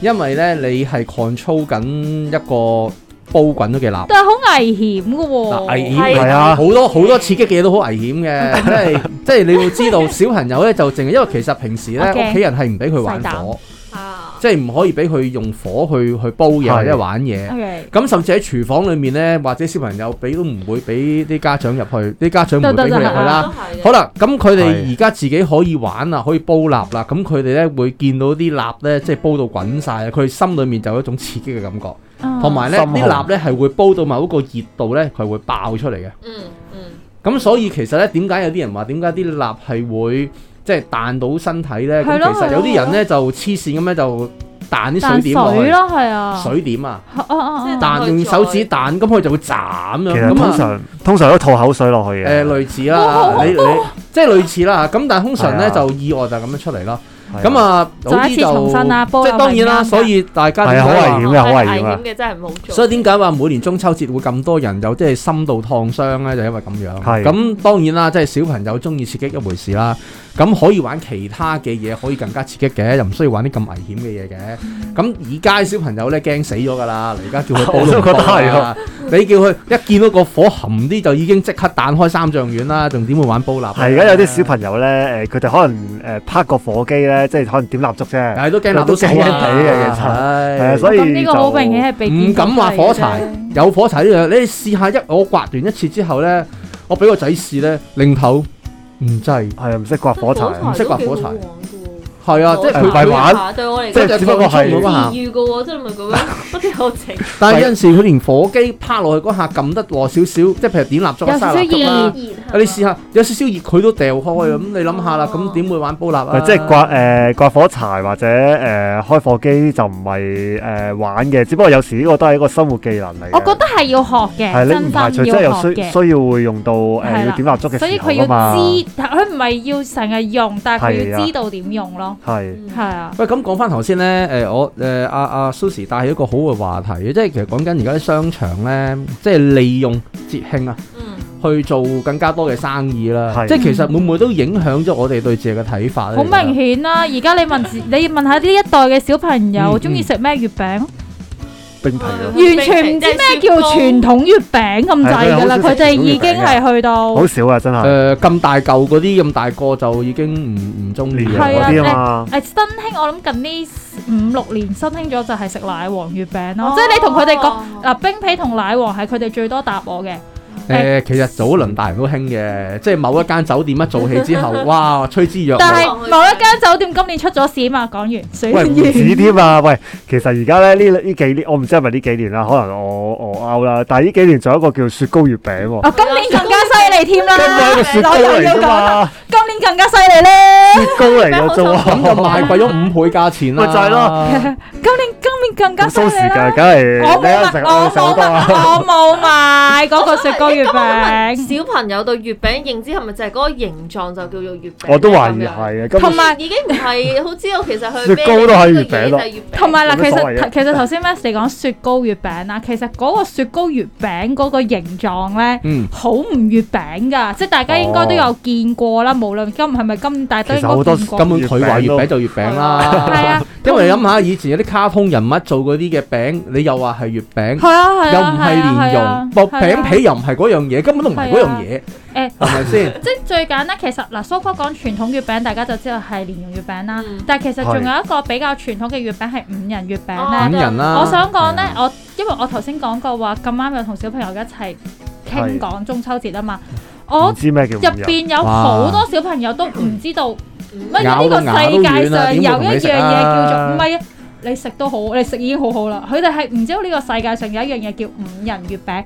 [SPEAKER 1] 因為呢，你係 control 緊一個煲滾咗嘅蠟，
[SPEAKER 2] 但係好危險嘅喎，
[SPEAKER 1] 嗱危險
[SPEAKER 3] 係
[SPEAKER 4] 係啊
[SPEAKER 1] 好多好多刺激嘅嘢都好危險 嘅，即係即係你要知道小朋友呢，就淨係因為其實平時呢，
[SPEAKER 2] 我驚
[SPEAKER 1] 屋企人係唔俾佢玩
[SPEAKER 2] 細膽
[SPEAKER 1] 火，
[SPEAKER 3] 啊，
[SPEAKER 1] 即係唔可以俾佢用火去去煲嘢
[SPEAKER 4] 係
[SPEAKER 1] 或者玩嘢。
[SPEAKER 2] OK，
[SPEAKER 1] 咁甚至喺廚房裏面呢，或者小朋友俾都唔會俾啲家長入去，啲家長唔會俾佢入去
[SPEAKER 2] 得得得
[SPEAKER 1] 啦。
[SPEAKER 3] 都係嘅
[SPEAKER 1] 好啦，咁佢哋
[SPEAKER 4] 係
[SPEAKER 1] 而家自己可以玩啊啦，可以煲蠟啦，咁佢哋咧會見到啲蠟咧，即係煲到滾晒啊！佢心裏面就有一種刺激嘅感
[SPEAKER 2] 哦
[SPEAKER 1] 覺，同埋咧
[SPEAKER 4] 心寒
[SPEAKER 1] 啲蠟咧係會煲到某一個熱度咧，佢會爆出嚟嘅。
[SPEAKER 3] 嗯嗯，
[SPEAKER 1] 咁所以其實咧，點解有啲人話點解啲蠟係會即係彈到身體咧？咁
[SPEAKER 2] 係咯
[SPEAKER 1] 其實有啲人咧就黐線咁樣就彈啲水點
[SPEAKER 2] 但
[SPEAKER 1] 落
[SPEAKER 2] 水
[SPEAKER 1] 去，
[SPEAKER 2] 咯，係啊，
[SPEAKER 1] 水點啊，
[SPEAKER 2] 啊啊啊
[SPEAKER 3] 即係
[SPEAKER 2] 啊
[SPEAKER 1] 彈用手指彈，咁佢就會斬咁
[SPEAKER 4] 其
[SPEAKER 1] 樣
[SPEAKER 4] 實
[SPEAKER 1] 咁
[SPEAKER 4] 通
[SPEAKER 1] 啊。
[SPEAKER 4] 常通常都吐口水落去
[SPEAKER 1] 誒
[SPEAKER 4] 嘅。
[SPEAKER 1] 類似
[SPEAKER 2] 啊
[SPEAKER 1] 啦，你你即係類似啦，咁但係通常咧
[SPEAKER 4] 係啊
[SPEAKER 1] 就意外就咁樣出嚟啦。
[SPEAKER 4] 係
[SPEAKER 1] 咁，啊，
[SPEAKER 2] 就一次重申啦
[SPEAKER 1] 好
[SPEAKER 2] 煲
[SPEAKER 1] 似就即
[SPEAKER 2] 又
[SPEAKER 1] 係當然
[SPEAKER 2] 唔
[SPEAKER 1] 啦，
[SPEAKER 2] 啱㗎
[SPEAKER 1] 所以大家點
[SPEAKER 4] 係啊
[SPEAKER 1] 解
[SPEAKER 4] 好
[SPEAKER 1] 話
[SPEAKER 4] 危險嘅好危險
[SPEAKER 3] 係
[SPEAKER 4] 啊
[SPEAKER 3] 嘅真係唔好做。
[SPEAKER 1] 所以點解話每年中秋節會咁多人有即係深度燙傷咧？就因為咁樣。
[SPEAKER 4] 係
[SPEAKER 1] 咁當然啦，即係小朋友中意刺激一回事啦。咁可以玩其他嘅嘢，可以更加刺激嘅，又唔需要玩啲咁危險嘅嘢嘅。咁而家小朋友咧驚死咗㗎啦！你而家叫佢煲
[SPEAKER 4] 我都
[SPEAKER 1] 都
[SPEAKER 4] 覺得係
[SPEAKER 1] 啊！你叫佢一見到個火含啲就已經即刻彈開三丈遠啦，仲點會玩煲蠟？
[SPEAKER 4] 係而家有啲小朋友咧，誒佢哋可能誒拍個火機咧，即係可能點蠟燭啫。
[SPEAKER 1] 係都驚蠟燭
[SPEAKER 4] 都驚
[SPEAKER 1] 手啊
[SPEAKER 4] 驚地嘅其實
[SPEAKER 1] 唉
[SPEAKER 4] 係啊，所以
[SPEAKER 2] 咁呢個好
[SPEAKER 4] 就
[SPEAKER 2] 明顯係被
[SPEAKER 1] 唔敢話火柴有火柴呢樣，你試下一我刮完一次之後咧，我俾個仔試咧，擰頭唔制，
[SPEAKER 4] 係啊唔識刮火柴，
[SPEAKER 1] 唔識刮火柴
[SPEAKER 3] 柴，
[SPEAKER 1] 係啊，即係
[SPEAKER 4] 唔
[SPEAKER 1] 佢
[SPEAKER 4] 係
[SPEAKER 1] 佢，
[SPEAKER 4] 玩，
[SPEAKER 3] 對我嚟
[SPEAKER 4] 即
[SPEAKER 3] 講
[SPEAKER 4] 係只不過係
[SPEAKER 1] 嗰下
[SPEAKER 3] 治愈嘅喎，真係咪咁樣不停有情
[SPEAKER 1] 但係有陣時佢連火機趴落去嗰下撳得耐少少，即係譬如點蠟燭啊
[SPEAKER 2] 有少少
[SPEAKER 1] 嘥蠟燭啦
[SPEAKER 2] 熱。
[SPEAKER 3] Ừ.
[SPEAKER 2] 哦
[SPEAKER 1] 你試下有少少熱佢都掉開咁，你諗下啦，咁點會玩煲蠟啊？
[SPEAKER 4] 唔係即係刮誒、呃刮火柴或者誒、呃、開火機就唔係誒玩嘅，只不過有時呢個都係一個生活技能嚟嘅。
[SPEAKER 2] 我覺得係要學
[SPEAKER 4] 係
[SPEAKER 2] 嘅，
[SPEAKER 4] 你唔排
[SPEAKER 2] 真
[SPEAKER 4] 除
[SPEAKER 2] 心
[SPEAKER 4] 真係有
[SPEAKER 2] 要學
[SPEAKER 4] 需
[SPEAKER 2] 嘅。
[SPEAKER 4] 需要會用到誒、
[SPEAKER 2] 係啦
[SPEAKER 4] 呃、要點蠟燭嘅
[SPEAKER 2] 所以佢
[SPEAKER 4] 時候
[SPEAKER 2] 要
[SPEAKER 4] 啊嘛。
[SPEAKER 2] 知，但佢唔係要成日用，但係佢
[SPEAKER 4] 係
[SPEAKER 2] 要
[SPEAKER 4] 啊
[SPEAKER 2] 知道點用咯。
[SPEAKER 4] 係
[SPEAKER 2] 係啊，
[SPEAKER 1] 喂，咁講翻頭先咧，誒、我誒阿阿 Susie 帶起一個好嘅話題嘅，即係其實講緊而家啲商場咧，即係利用節慶啊。
[SPEAKER 3] 嗯
[SPEAKER 1] 去做更加多嘅生意啦，
[SPEAKER 4] 係
[SPEAKER 1] 即係其實會唔會都影響咗我哋對自己嘅睇法咧？
[SPEAKER 2] 好
[SPEAKER 1] 顯，
[SPEAKER 2] 明顯啦。而家你問自你問下呢一代嘅小朋
[SPEAKER 1] 嗯嗯
[SPEAKER 2] 友中意食咩月餅？
[SPEAKER 4] 冰皮啊，
[SPEAKER 2] 完全唔知咩叫傳統月餅咁滯㗎啦，
[SPEAKER 4] 係佢好少食
[SPEAKER 2] 佢哋已經係去到
[SPEAKER 4] 好少啊，真
[SPEAKER 1] 誒
[SPEAKER 4] 係、
[SPEAKER 1] 咁、大嚿嗰啲咁大個就已經唔唔中意
[SPEAKER 4] 年
[SPEAKER 1] 啦
[SPEAKER 2] 係
[SPEAKER 4] 嗰
[SPEAKER 2] 啊
[SPEAKER 4] 啲啊嘛。
[SPEAKER 2] 誒新興，我諗近呢五六年新興咗就係食奶黃月餅咯
[SPEAKER 3] 哦，
[SPEAKER 2] 即係你同佢哋講
[SPEAKER 3] Ờ.
[SPEAKER 2] 嗱冰皮同奶黃係佢哋最多答我嘅，
[SPEAKER 1] 誒、其實早輪大人都興嘅，即係某一間酒店一做起之 後，哇，趨之若
[SPEAKER 2] 但
[SPEAKER 1] 鶩。
[SPEAKER 2] 係某一間酒店今年出咗事嘛，講完水
[SPEAKER 4] 喂，
[SPEAKER 2] 完
[SPEAKER 4] 唔止添啊！喂，其實而家咧呢呢幾年，我唔知係咪呢幾年啦，可能我我 out 啦，但係呢幾年仲有一個叫雪糕月餅喎，
[SPEAKER 2] 哦啊今年更加犀利添啦，
[SPEAKER 4] 跟住係一個雪糕
[SPEAKER 2] 我又
[SPEAKER 4] 嚟
[SPEAKER 2] 要
[SPEAKER 4] 㗎
[SPEAKER 2] 講啦，
[SPEAKER 4] 嘛，
[SPEAKER 2] 今年邊更加犀利咧？
[SPEAKER 4] 雪糕嚟
[SPEAKER 1] 咁
[SPEAKER 4] 嘅啫
[SPEAKER 1] 就
[SPEAKER 4] 喎，
[SPEAKER 1] 賣貴咗五倍價錢啦。
[SPEAKER 4] 咪就係咯
[SPEAKER 2] 今年今年更加
[SPEAKER 4] 咁
[SPEAKER 2] 犀
[SPEAKER 4] 收時
[SPEAKER 2] 利
[SPEAKER 4] 間
[SPEAKER 2] 啦！
[SPEAKER 4] 梗
[SPEAKER 2] 我冇
[SPEAKER 4] 係你一
[SPEAKER 2] 買
[SPEAKER 4] 食
[SPEAKER 2] 我
[SPEAKER 4] 我手
[SPEAKER 2] 冇
[SPEAKER 4] 多啊
[SPEAKER 2] 買，
[SPEAKER 4] 啦。
[SPEAKER 2] 我冇買嗰
[SPEAKER 3] Ờ,
[SPEAKER 2] 個雪糕月餅。
[SPEAKER 3] 小朋友對月餅認知係咪就係嗰個形狀就叫做月餅？
[SPEAKER 4] 我都懷疑。係嘅，
[SPEAKER 2] 同
[SPEAKER 4] 今
[SPEAKER 2] 埋
[SPEAKER 3] 已經唔係好知道，其實佢
[SPEAKER 4] 雪糕都係月餅咯
[SPEAKER 3] 餅
[SPEAKER 2] 同埋嗱，
[SPEAKER 4] 有咩
[SPEAKER 2] 其
[SPEAKER 4] 所謂
[SPEAKER 2] 實
[SPEAKER 4] 啫
[SPEAKER 2] 其實頭先 Max 你講雪糕月餅啦，其實嗰個雪糕月餅嗰個形狀咧。
[SPEAKER 1] 嗯，
[SPEAKER 2] 好唔月餅㗎，即係大家應該都有見過啦。無論今係咪今，大家
[SPEAKER 4] 其實
[SPEAKER 2] 都
[SPEAKER 4] 好
[SPEAKER 2] 應
[SPEAKER 4] 多
[SPEAKER 2] 該見過。
[SPEAKER 1] 根本佢話月餅就月餅
[SPEAKER 2] 係
[SPEAKER 1] 啦
[SPEAKER 2] 啊。
[SPEAKER 1] 因為你諗下，以前有啲卡通人物做嗰啲嘅餅，你又話係月餅。
[SPEAKER 2] 係啊係啊，
[SPEAKER 1] 又唔係蓮
[SPEAKER 2] 係啊
[SPEAKER 1] 蓉，薄
[SPEAKER 2] 係啊
[SPEAKER 1] 餅皮又唔係嗰樣嘢，根本都唔係嗰樣嘢，
[SPEAKER 2] 誒
[SPEAKER 1] 係咪 先？
[SPEAKER 2] 即係最簡單，其實嗱，蘇哥講傳統月餅，大家就知道係蓮蓉月餅啦。
[SPEAKER 3] 嗯
[SPEAKER 2] 但係其實仲
[SPEAKER 4] 係
[SPEAKER 2] 有一個比較傳統嘅月餅係五仁月餅
[SPEAKER 3] 哦
[SPEAKER 2] 咧。
[SPEAKER 1] 五人啦，
[SPEAKER 2] 我想講咧
[SPEAKER 1] 係，啊
[SPEAKER 2] 我因為我頭先講過話咁啱有同小朋友一齊傾
[SPEAKER 4] 係
[SPEAKER 2] 講中秋節啊嘛，
[SPEAKER 1] 嗯
[SPEAKER 4] 唔
[SPEAKER 2] 我
[SPEAKER 4] 知咩叫
[SPEAKER 2] 入
[SPEAKER 4] 五仁
[SPEAKER 2] 邊有好多小朋友都唔知道乜
[SPEAKER 1] 咬到
[SPEAKER 2] 嘢呢
[SPEAKER 1] 牙
[SPEAKER 2] 個
[SPEAKER 1] 都
[SPEAKER 2] 世界
[SPEAKER 1] 軟啦
[SPEAKER 2] 上有
[SPEAKER 1] 點會同
[SPEAKER 2] 一
[SPEAKER 1] 你
[SPEAKER 2] 樣嘢
[SPEAKER 1] 食啊
[SPEAKER 2] 叫做唔係啊。你食都好，你食已經好好啦。佢哋係唔知道呢個世界上有一樣嘢叫五仁月餅，誒、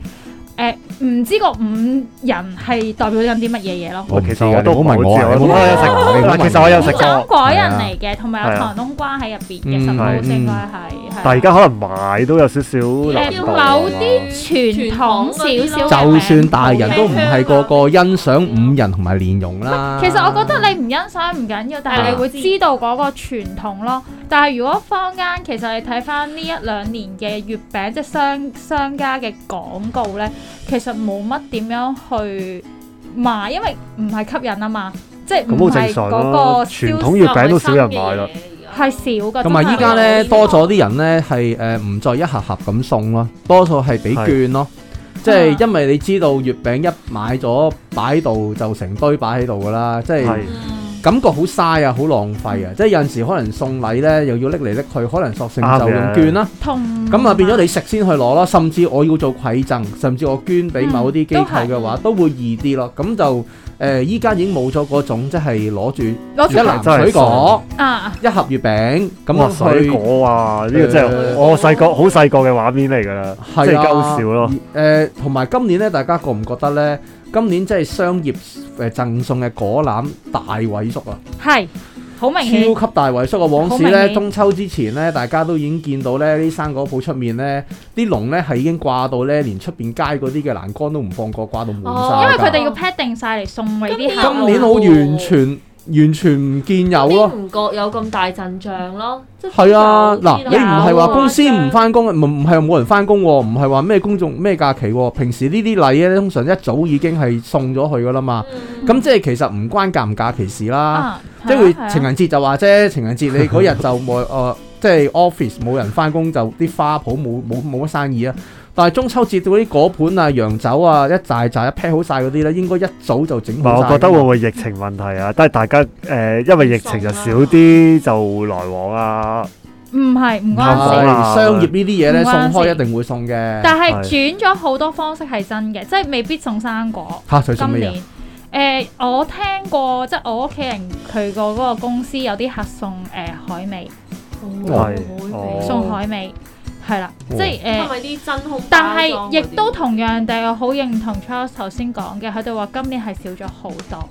[SPEAKER 2] 唔知個五仁係代表緊啲乜嘢嘢咯。
[SPEAKER 1] 我唔知
[SPEAKER 4] 其實我
[SPEAKER 1] 㗎，
[SPEAKER 4] 都
[SPEAKER 1] 你唔好問我啊，
[SPEAKER 4] 唔知啊
[SPEAKER 1] 你唔好問我啊
[SPEAKER 4] 我都有
[SPEAKER 1] 你唔好問我啊
[SPEAKER 4] 食過其實我有
[SPEAKER 2] 古
[SPEAKER 4] 食過
[SPEAKER 2] 裝果仁
[SPEAKER 1] 係啊
[SPEAKER 2] 嚟嘅，同埋有
[SPEAKER 4] 係啊
[SPEAKER 2] 糖冬瓜喺入邊嘅，
[SPEAKER 1] 嗯
[SPEAKER 2] 十好
[SPEAKER 4] 係
[SPEAKER 2] 應該
[SPEAKER 1] 嗯
[SPEAKER 2] 係。係啊
[SPEAKER 4] 但而家可能買都有少少難
[SPEAKER 2] 誒
[SPEAKER 4] 度啊
[SPEAKER 2] 某啲傳統少少嘅
[SPEAKER 1] 就
[SPEAKER 2] 名
[SPEAKER 1] 算大人都唔係個個欣賞五人同埋蓮蓉啦。
[SPEAKER 2] 其實我覺得你唔欣賞唔緊要，但係你會知道嗰個傳統咯。但係如果坊間其實你睇翻呢一兩年嘅月餅，即係商商家嘅廣告呢，其實冇乜點樣去賣，因為唔係吸引啊嘛，即係
[SPEAKER 4] 咁
[SPEAKER 2] 唔
[SPEAKER 4] 好
[SPEAKER 2] 係
[SPEAKER 4] 正常
[SPEAKER 2] 嗰
[SPEAKER 4] 咯
[SPEAKER 2] 個
[SPEAKER 4] 傳
[SPEAKER 2] 銷
[SPEAKER 4] 統月餅都少人買啦。
[SPEAKER 2] 係少噶。
[SPEAKER 1] 同埋依家
[SPEAKER 2] 呢，
[SPEAKER 1] 咧多咗啲人咧係誒唔再一盒盒咁送咯，多數係俾券咯。即
[SPEAKER 2] 啊
[SPEAKER 1] 係因為你知道月餅一買咗擺度就成堆擺喺度噶啦，即係
[SPEAKER 4] 係
[SPEAKER 1] 感覺好嘥啊，好浪費啊！即係有陣時可能送禮咧又要拎嚟拎去，可能索性
[SPEAKER 4] 啱
[SPEAKER 1] 就
[SPEAKER 4] 嘅
[SPEAKER 1] 用券啦。
[SPEAKER 2] 同
[SPEAKER 1] 咁
[SPEAKER 2] 嗯
[SPEAKER 1] 啊變咗你食先去攞咯，甚至我要做饋贈，甚至我捐俾某啲機構嘅話，
[SPEAKER 3] 嗯
[SPEAKER 1] 都會易啲咯。咁就誒依家已經冇咗嗰種即係攞住一
[SPEAKER 2] 攞
[SPEAKER 4] 一
[SPEAKER 2] 出
[SPEAKER 4] 嚟
[SPEAKER 1] 籃水果、
[SPEAKER 2] 啊，
[SPEAKER 1] 一盒月餅
[SPEAKER 4] 哇！
[SPEAKER 1] 咁
[SPEAKER 4] 水
[SPEAKER 1] 去
[SPEAKER 4] 果啊，呢個真係我細個好細個嘅畫面嚟㗎啦，即
[SPEAKER 1] 係
[SPEAKER 4] 係
[SPEAKER 1] 啊
[SPEAKER 4] 鳩少
[SPEAKER 1] 而
[SPEAKER 4] 咯。
[SPEAKER 1] 誒呃同埋今年咧，大家覺唔覺得咧？今年即係商業誒贈送嘅果籃大萎縮啊！
[SPEAKER 2] 係好明顯，
[SPEAKER 1] 超級大萎縮啊！往時
[SPEAKER 2] 好明
[SPEAKER 1] 咧
[SPEAKER 2] 顯
[SPEAKER 1] 中秋之前咧，大家都已經見到咧啲生果鋪出面咧啲籠咧係已經掛到咧，連出邊街嗰啲嘅欄杆都唔放過，掛到滿
[SPEAKER 3] 哦
[SPEAKER 2] 因為
[SPEAKER 1] 晒㗎。
[SPEAKER 2] 佢哋要 pack 定晒嚟送俾啲
[SPEAKER 1] 今
[SPEAKER 2] 客戶。啊
[SPEAKER 1] 年好完全完全唔見有咯。
[SPEAKER 3] 唔覺有咁大陣仗咯，即
[SPEAKER 1] 係啊，嗱，
[SPEAKER 2] 有
[SPEAKER 1] 你唔係話公司唔翻
[SPEAKER 2] 啊
[SPEAKER 1] 工，唔唔係話冇人翻工喎，唔係話咩公眾咩假期喎。平時呢啲禮咧，通常一早已經係送咗去噶啦嘛。
[SPEAKER 3] Ừ.
[SPEAKER 1] 咁即係其實唔關假唔假期事啦。
[SPEAKER 2] 嗯啊，
[SPEAKER 1] 即係
[SPEAKER 2] 係啊係
[SPEAKER 1] 會
[SPEAKER 2] 啊
[SPEAKER 1] 情人節就話啫，情人節你嗰日就 冇誒、呃即係 office 冇人翻工，就啲花圃冇冇冇乜生意啊。但係中秋節嗰啲果盤啊、洋酒啊，一扎扎一 pack 好晒嗰啲咧，應該一早就整
[SPEAKER 4] 唔
[SPEAKER 1] 好
[SPEAKER 4] 係，
[SPEAKER 1] 晒㗎。
[SPEAKER 4] 我覺得會唔會疫情問題啊？都係大家誒、因為疫情就少啲就來往啊。
[SPEAKER 2] 唔係唔關事
[SPEAKER 4] 唔關事。
[SPEAKER 1] 係啊商業呢啲嘢咧，
[SPEAKER 2] 唔
[SPEAKER 1] 送
[SPEAKER 2] 關事
[SPEAKER 1] 開一定會送嘅。
[SPEAKER 2] 但係轉咗好多方式係真嘅，即係未必送生果。
[SPEAKER 1] 嚇，佢送
[SPEAKER 2] 今
[SPEAKER 1] 乜嘢啊
[SPEAKER 2] 年？誒、我聽過，即係我屋企人佢個嗰個公司有啲客送誒、海味，
[SPEAKER 4] 哦
[SPEAKER 2] 送海味係啦，
[SPEAKER 1] 哦
[SPEAKER 2] 即係誒。
[SPEAKER 3] 係咪啲真空？
[SPEAKER 2] 但係亦都同樣地，我好認同 Charles 頭先講嘅，佢哋話今年係少咗好多。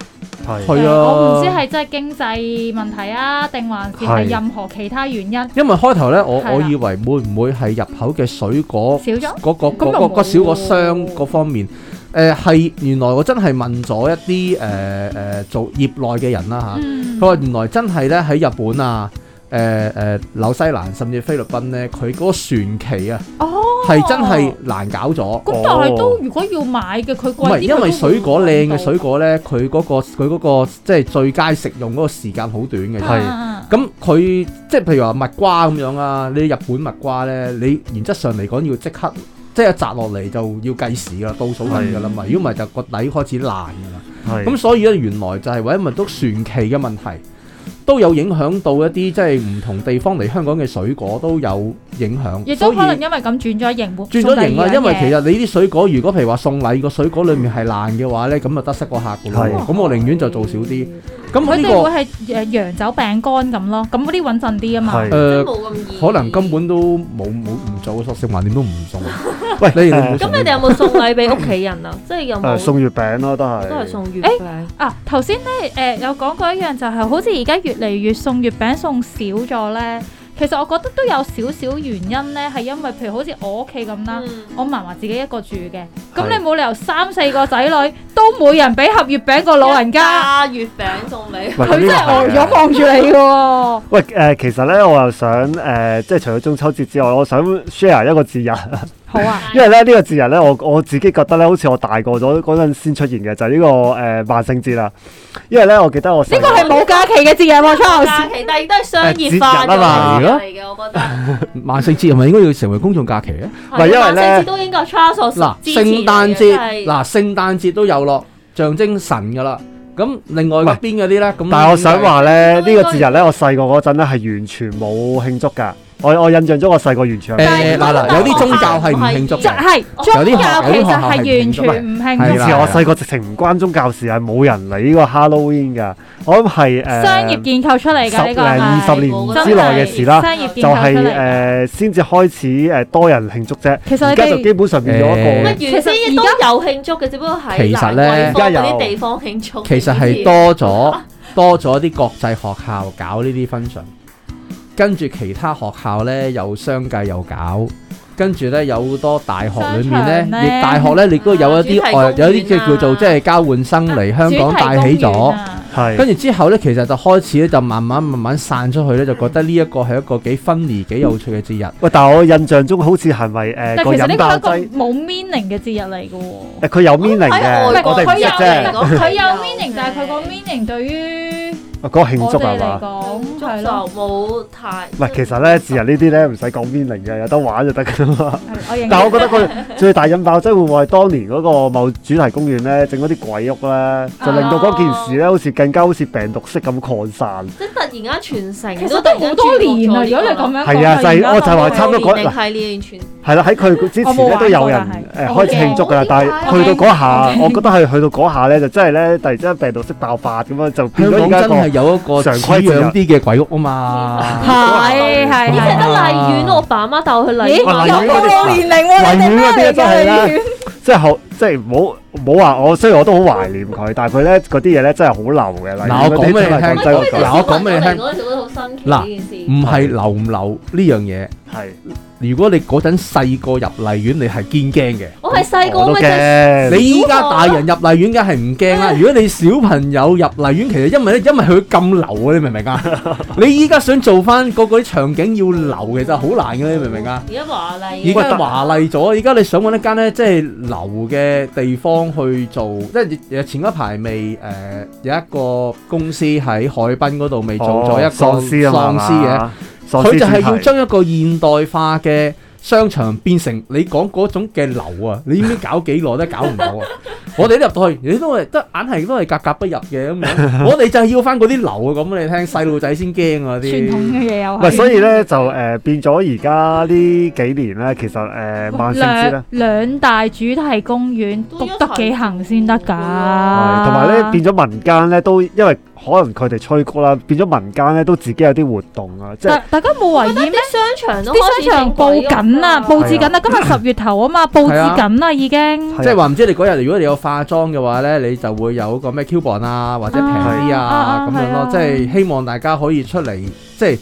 [SPEAKER 4] 係
[SPEAKER 1] 係啊
[SPEAKER 2] 誒我唔知係真係經濟問題啊，定還是係
[SPEAKER 4] 係
[SPEAKER 2] 任何其他原因少
[SPEAKER 1] 因為開頭咧，我
[SPEAKER 2] 係啦
[SPEAKER 1] 我以為會唔會係入口嘅水果
[SPEAKER 2] 咗。
[SPEAKER 1] 嗰、個
[SPEAKER 2] 咁
[SPEAKER 1] 嗰、
[SPEAKER 2] 又
[SPEAKER 1] 個
[SPEAKER 2] 冇
[SPEAKER 1] 個小個箱嗰方面，誒、係原來我真係問咗一啲誒誒做業內嘅人啦嚇。
[SPEAKER 2] 嗯
[SPEAKER 1] 啊佢話原來真係咧喺日本啊、誒、誒紐西蘭甚至菲律賓咧，佢嗰個船期啊
[SPEAKER 2] 哦，
[SPEAKER 1] 係真係難搞咗。
[SPEAKER 2] 咁但係都如果要買嘅，佢
[SPEAKER 1] 哦
[SPEAKER 2] 貴
[SPEAKER 1] 唔
[SPEAKER 2] 啲
[SPEAKER 1] 係因為水果靚嘅水
[SPEAKER 2] 果
[SPEAKER 1] 果咧，佢嗰、個佢嗰、個即係最佳食用嗰個時間好短
[SPEAKER 2] 啊
[SPEAKER 1] 嘅。
[SPEAKER 4] 係
[SPEAKER 1] 咁佢即係譬如話蜜瓜咁樣啊，你日本蜜瓜咧，你原則上嚟講要即刻即係摘落嚟就要計時㗎啦，倒數緊㗎啦嘛。如果唔係就個底開始爛㗎啦。
[SPEAKER 4] 係
[SPEAKER 1] 咁所以咧，原來就係因為都船期嘅問題，都有影響到一啲即係唔同地方嚟香港嘅水果都有影
[SPEAKER 2] 亦
[SPEAKER 1] 響，
[SPEAKER 2] 都
[SPEAKER 1] 所以
[SPEAKER 2] 可能因為咁轉咗型，
[SPEAKER 1] 轉
[SPEAKER 2] 轉
[SPEAKER 1] 咗型啦。因為其實你啲水果，如果譬如話送禮個水果裡面係爛嘅話咧，咁就得失個客㗎
[SPEAKER 4] 係
[SPEAKER 1] 咯。咁我寧願就做少啲。咁
[SPEAKER 2] 佢
[SPEAKER 1] 呢
[SPEAKER 2] 哋
[SPEAKER 1] 個
[SPEAKER 2] 會係誒洋酒餅乾咁咯，咁嗰啲穩陣啲啊嘛。
[SPEAKER 1] 誒
[SPEAKER 4] 係
[SPEAKER 3] 冇咁易，
[SPEAKER 1] 可能根本都冇冇唔做，索性橫掂都唔送。
[SPEAKER 4] 喂，
[SPEAKER 1] 你你冇
[SPEAKER 4] 誒
[SPEAKER 3] 咁你哋有冇送禮俾屋企人啊？即係有
[SPEAKER 4] 誒
[SPEAKER 3] 冇
[SPEAKER 4] 送月餅咯，都係
[SPEAKER 3] 都係送月
[SPEAKER 2] 誒
[SPEAKER 3] 餅？
[SPEAKER 2] 啊，頭先咧誒有講過一樣就係、好似而家越嚟越送月餅送少咗咧。其實我覺得都有少少原因咧，係因為譬如好似我屋企咁啦，
[SPEAKER 3] 嗯
[SPEAKER 2] 我嫲嫲自己一個住嘅，咁
[SPEAKER 4] 係
[SPEAKER 2] 你冇理由三四個仔女都每人俾盒月餅個老 人家，
[SPEAKER 3] 一打月餅送俾
[SPEAKER 4] 喂
[SPEAKER 2] 佢真係
[SPEAKER 4] à?
[SPEAKER 2] 呆咗。望住你嘅喎。
[SPEAKER 4] 喂誒、其實咧，我又想誒、即係除咗中秋節之外，我想 share 一個節日，
[SPEAKER 2] 好啊，
[SPEAKER 4] 因為咧呢、呢個節日咧，我我自己覺得咧，好似我大個咗嗰陣先出現嘅，就係、呢、個誒、萬聖節啦。因為咧，我記得我細
[SPEAKER 2] 呢個係冇假期嘅節日喎，初頭
[SPEAKER 3] 假期，但係亦都係商業化
[SPEAKER 4] 節日啊嘛
[SPEAKER 3] 咗嚟嘅，我覺得。
[SPEAKER 1] 萬聖節係咪應該要成為公眾假期咧？
[SPEAKER 4] 唔係因為咧
[SPEAKER 3] 萬聖節都應該 Charles
[SPEAKER 1] 嗱，
[SPEAKER 3] 支持
[SPEAKER 1] 聖
[SPEAKER 3] 你嘅
[SPEAKER 1] 誕
[SPEAKER 3] 真
[SPEAKER 1] 節
[SPEAKER 3] 係
[SPEAKER 1] 嗱，聖誕節都有咯，象徵神噶啦。咁另外嗰邊嗰啲咧，咁
[SPEAKER 4] 但係我想
[SPEAKER 2] 嗯
[SPEAKER 4] 話咧，呢
[SPEAKER 3] 應該
[SPEAKER 4] 個節日咧，我細個嗰陣咧係完全冇慶祝㗎。我我印象中我細個完全係
[SPEAKER 1] 誒
[SPEAKER 4] 冇
[SPEAKER 1] 嗱嗱，有啲宗教係唔慶祝
[SPEAKER 2] 就
[SPEAKER 1] 嘅，
[SPEAKER 2] 係宗
[SPEAKER 1] 有啲
[SPEAKER 2] 教
[SPEAKER 1] 學
[SPEAKER 2] 其
[SPEAKER 1] 有啲學
[SPEAKER 2] 實
[SPEAKER 1] 校係
[SPEAKER 2] 係完
[SPEAKER 1] 唔慶祝
[SPEAKER 2] 全唔
[SPEAKER 4] 以
[SPEAKER 1] 係
[SPEAKER 2] 慶
[SPEAKER 1] 啦
[SPEAKER 2] 祝，
[SPEAKER 4] 前我細個直情唔關宗教事，係冇人理呢個 Halloween 㗎。我諗係誒
[SPEAKER 2] 商業建構出嚟
[SPEAKER 4] 十
[SPEAKER 2] 㗎呢
[SPEAKER 4] 零
[SPEAKER 2] 個
[SPEAKER 4] 二
[SPEAKER 2] 係
[SPEAKER 4] 十年之內嘅事啦，
[SPEAKER 2] 商業建
[SPEAKER 4] 就
[SPEAKER 2] 構
[SPEAKER 4] 係
[SPEAKER 2] 出嚟㗎。
[SPEAKER 4] 誒先至開始誒多人慶祝啫。
[SPEAKER 2] 其實
[SPEAKER 4] 而
[SPEAKER 2] 你
[SPEAKER 4] 家就基
[SPEAKER 2] 哋
[SPEAKER 4] 本上變咗一
[SPEAKER 3] 乜
[SPEAKER 4] 個
[SPEAKER 1] 誒
[SPEAKER 3] 啊原先都有慶祝嘅，只不過係
[SPEAKER 1] 其實呢
[SPEAKER 3] 蘭桂坊
[SPEAKER 4] 而家有
[SPEAKER 3] 嗰啲地方慶祝。
[SPEAKER 1] 其實係多咗 多咗啲國際學校搞呢啲 function，跟住其他學校咧又相繼又搞。跟住咧有好多大學裏面
[SPEAKER 2] 商場
[SPEAKER 1] 咧，
[SPEAKER 2] 呢
[SPEAKER 1] 亦大學咧，你都有一啲
[SPEAKER 3] 主題公園啊
[SPEAKER 1] 外有啲叫叫做即係交換生嚟香港帶起
[SPEAKER 2] 主題公園
[SPEAKER 1] 咗。
[SPEAKER 2] 啊
[SPEAKER 4] 係
[SPEAKER 1] 跟住之後咧，其實就開始咧，就慢慢慢慢散出去咧，就覺得呢一個係一個幾分離、幾有趣嘅節日。
[SPEAKER 4] 喂，但係我印象中好似係咪誒
[SPEAKER 2] 但
[SPEAKER 4] 個
[SPEAKER 2] 其實呢
[SPEAKER 4] 飲
[SPEAKER 2] 個係
[SPEAKER 4] 爆
[SPEAKER 2] 一個
[SPEAKER 4] 劑？
[SPEAKER 2] 冇 meaning 嘅節日嚟嘅喎。
[SPEAKER 4] 誒佢有 meaning
[SPEAKER 3] 喺
[SPEAKER 4] 嘅
[SPEAKER 3] 外，國
[SPEAKER 4] 我哋唔
[SPEAKER 2] 佢
[SPEAKER 4] 識
[SPEAKER 2] 有
[SPEAKER 4] 啫。
[SPEAKER 2] 佢有 meaning，但係佢個 meaning 對於
[SPEAKER 4] 嗰個慶
[SPEAKER 2] 我
[SPEAKER 4] 祝
[SPEAKER 2] 哋
[SPEAKER 4] 係
[SPEAKER 2] 嚟
[SPEAKER 4] 嘛？
[SPEAKER 2] 講
[SPEAKER 3] 就
[SPEAKER 2] 係咯，
[SPEAKER 3] 冇太。
[SPEAKER 4] 唔係，其實咧節日呢啲咧唔使講 meaning 嘅，有得玩就得㗎啦嘛。
[SPEAKER 2] 係 我認
[SPEAKER 4] 但係我覺得佢最大引爆劑會唔會係當年嗰個某主題公園咧整嗰啲鬼屋咧，就令到嗰件事咧好似更加好似病毒式咁擴散。
[SPEAKER 3] 即係突然間全城
[SPEAKER 2] 其實都好多年啦。如果你咁啊樣講
[SPEAKER 4] 係啊就係
[SPEAKER 2] 而家
[SPEAKER 4] 我就係話
[SPEAKER 2] 講
[SPEAKER 4] 差唔多嗰
[SPEAKER 3] 年係呢完全
[SPEAKER 4] 係啦，喺佢之前
[SPEAKER 2] 我冇
[SPEAKER 4] 咧
[SPEAKER 2] 玩過
[SPEAKER 4] 都有人
[SPEAKER 2] 但
[SPEAKER 4] 誒
[SPEAKER 2] 係
[SPEAKER 4] 開始慶祝㗎啦，但係去到嗰下，我覺得係去到嗰下咧就真係咧突然之間病毒式爆發咁樣就變
[SPEAKER 1] 香
[SPEAKER 4] 咗
[SPEAKER 1] 港
[SPEAKER 4] 而家
[SPEAKER 1] 真係
[SPEAKER 4] 一
[SPEAKER 1] 有一個
[SPEAKER 4] 常
[SPEAKER 1] 似
[SPEAKER 4] 規節日
[SPEAKER 1] 樣啲嘅鬼屋啊嘛。
[SPEAKER 3] 以前得
[SPEAKER 2] 係係係
[SPEAKER 3] 荔園，我爸媽帶我去荔
[SPEAKER 2] 咦
[SPEAKER 4] 個
[SPEAKER 3] 園。
[SPEAKER 4] 嗱
[SPEAKER 2] 有
[SPEAKER 4] 荔
[SPEAKER 2] 暴
[SPEAKER 4] 園
[SPEAKER 2] 露年齡喎，你哋
[SPEAKER 4] 荔園嗰
[SPEAKER 2] 咩嚟
[SPEAKER 4] 啲真
[SPEAKER 2] 㗎？
[SPEAKER 4] 係啦
[SPEAKER 2] 荔園
[SPEAKER 4] 即係好即係唔好唔好話我，雖然我都好懷念佢，但係佢咧嗰啲嘢咧真係好流嘅。例如
[SPEAKER 1] 嗱我講
[SPEAKER 4] 嗰啲
[SPEAKER 1] 俾你
[SPEAKER 4] 真係
[SPEAKER 1] 聽
[SPEAKER 4] 講真嗰句
[SPEAKER 1] 嗱我講俾你聽
[SPEAKER 3] 嗰陣時覺得好新奇
[SPEAKER 1] 嗱
[SPEAKER 3] 呢件事。
[SPEAKER 1] 唔係留唔留呢樣嘢？
[SPEAKER 4] 係
[SPEAKER 1] 如果你嗰陣細個入荔園，你係堅驚
[SPEAKER 3] 我係細
[SPEAKER 4] 我
[SPEAKER 3] 個
[SPEAKER 4] 都
[SPEAKER 3] 咪就係
[SPEAKER 4] 驚。
[SPEAKER 1] 嘅。你依家大人入荔園，梗係唔驚 啦。如果你小朋友入荔園，其實因為咧，因為佢咁流啊，你明唔明 啊？你依家想做翻嗰個啲場景要流，其實好難嘅，你明唔明啊？
[SPEAKER 3] 而家華麗
[SPEAKER 1] 已經係華麗咗，而家你想揾一間咧，即係流嘅地方去做，即係誒前一排未誒、呃有一個公司喺海濱嗰度未做咗一個
[SPEAKER 4] 喪屍啊
[SPEAKER 1] 喪
[SPEAKER 4] 嘛
[SPEAKER 1] 屍嘅，，
[SPEAKER 4] 喪屍
[SPEAKER 1] 佢就係
[SPEAKER 4] 係
[SPEAKER 1] 要將一個現代化嘅商場變成你講嗰種嘅流啊！你應該搞幾耐都搞唔到啊！我哋都入到去，你都係都硬係都係格格不入嘅咁樣，我哋就係要翻嗰啲流啊！咁你聽細路仔先驚啊
[SPEAKER 2] 傳
[SPEAKER 1] 啲
[SPEAKER 2] 統。嘅嘢又
[SPEAKER 4] 唔係，
[SPEAKER 2] 係。
[SPEAKER 4] 所以咧就誒、呃、變咗而家呢幾年咧，其實誒、呃、萬聖節咧
[SPEAKER 2] 兩，兩大主題公園
[SPEAKER 3] 都
[SPEAKER 2] 谷
[SPEAKER 3] 一齊
[SPEAKER 2] 得幾行先得㗎，
[SPEAKER 4] 係同
[SPEAKER 2] 同
[SPEAKER 4] 埋咧變咗民間咧都因為可能佢哋吹谷啦，變咗民間咧都自己有啲活動啊，即係
[SPEAKER 2] 大大家冇懷疑咩？
[SPEAKER 3] 商場都
[SPEAKER 2] 啲商場報緊啦，佈置緊啦，今日十月頭啊嘛，佈置
[SPEAKER 1] 係啊
[SPEAKER 2] 緊啦已經。
[SPEAKER 4] 係
[SPEAKER 1] 即係話唔知你嗰日如果你有化妝嘅話咧，你就會有個咩 coupon 啊，或者平啲啊
[SPEAKER 2] 啊
[SPEAKER 1] 咁樣
[SPEAKER 2] 啊係
[SPEAKER 1] 咯
[SPEAKER 2] 啊。
[SPEAKER 1] 即係希望大家可以出嚟，即係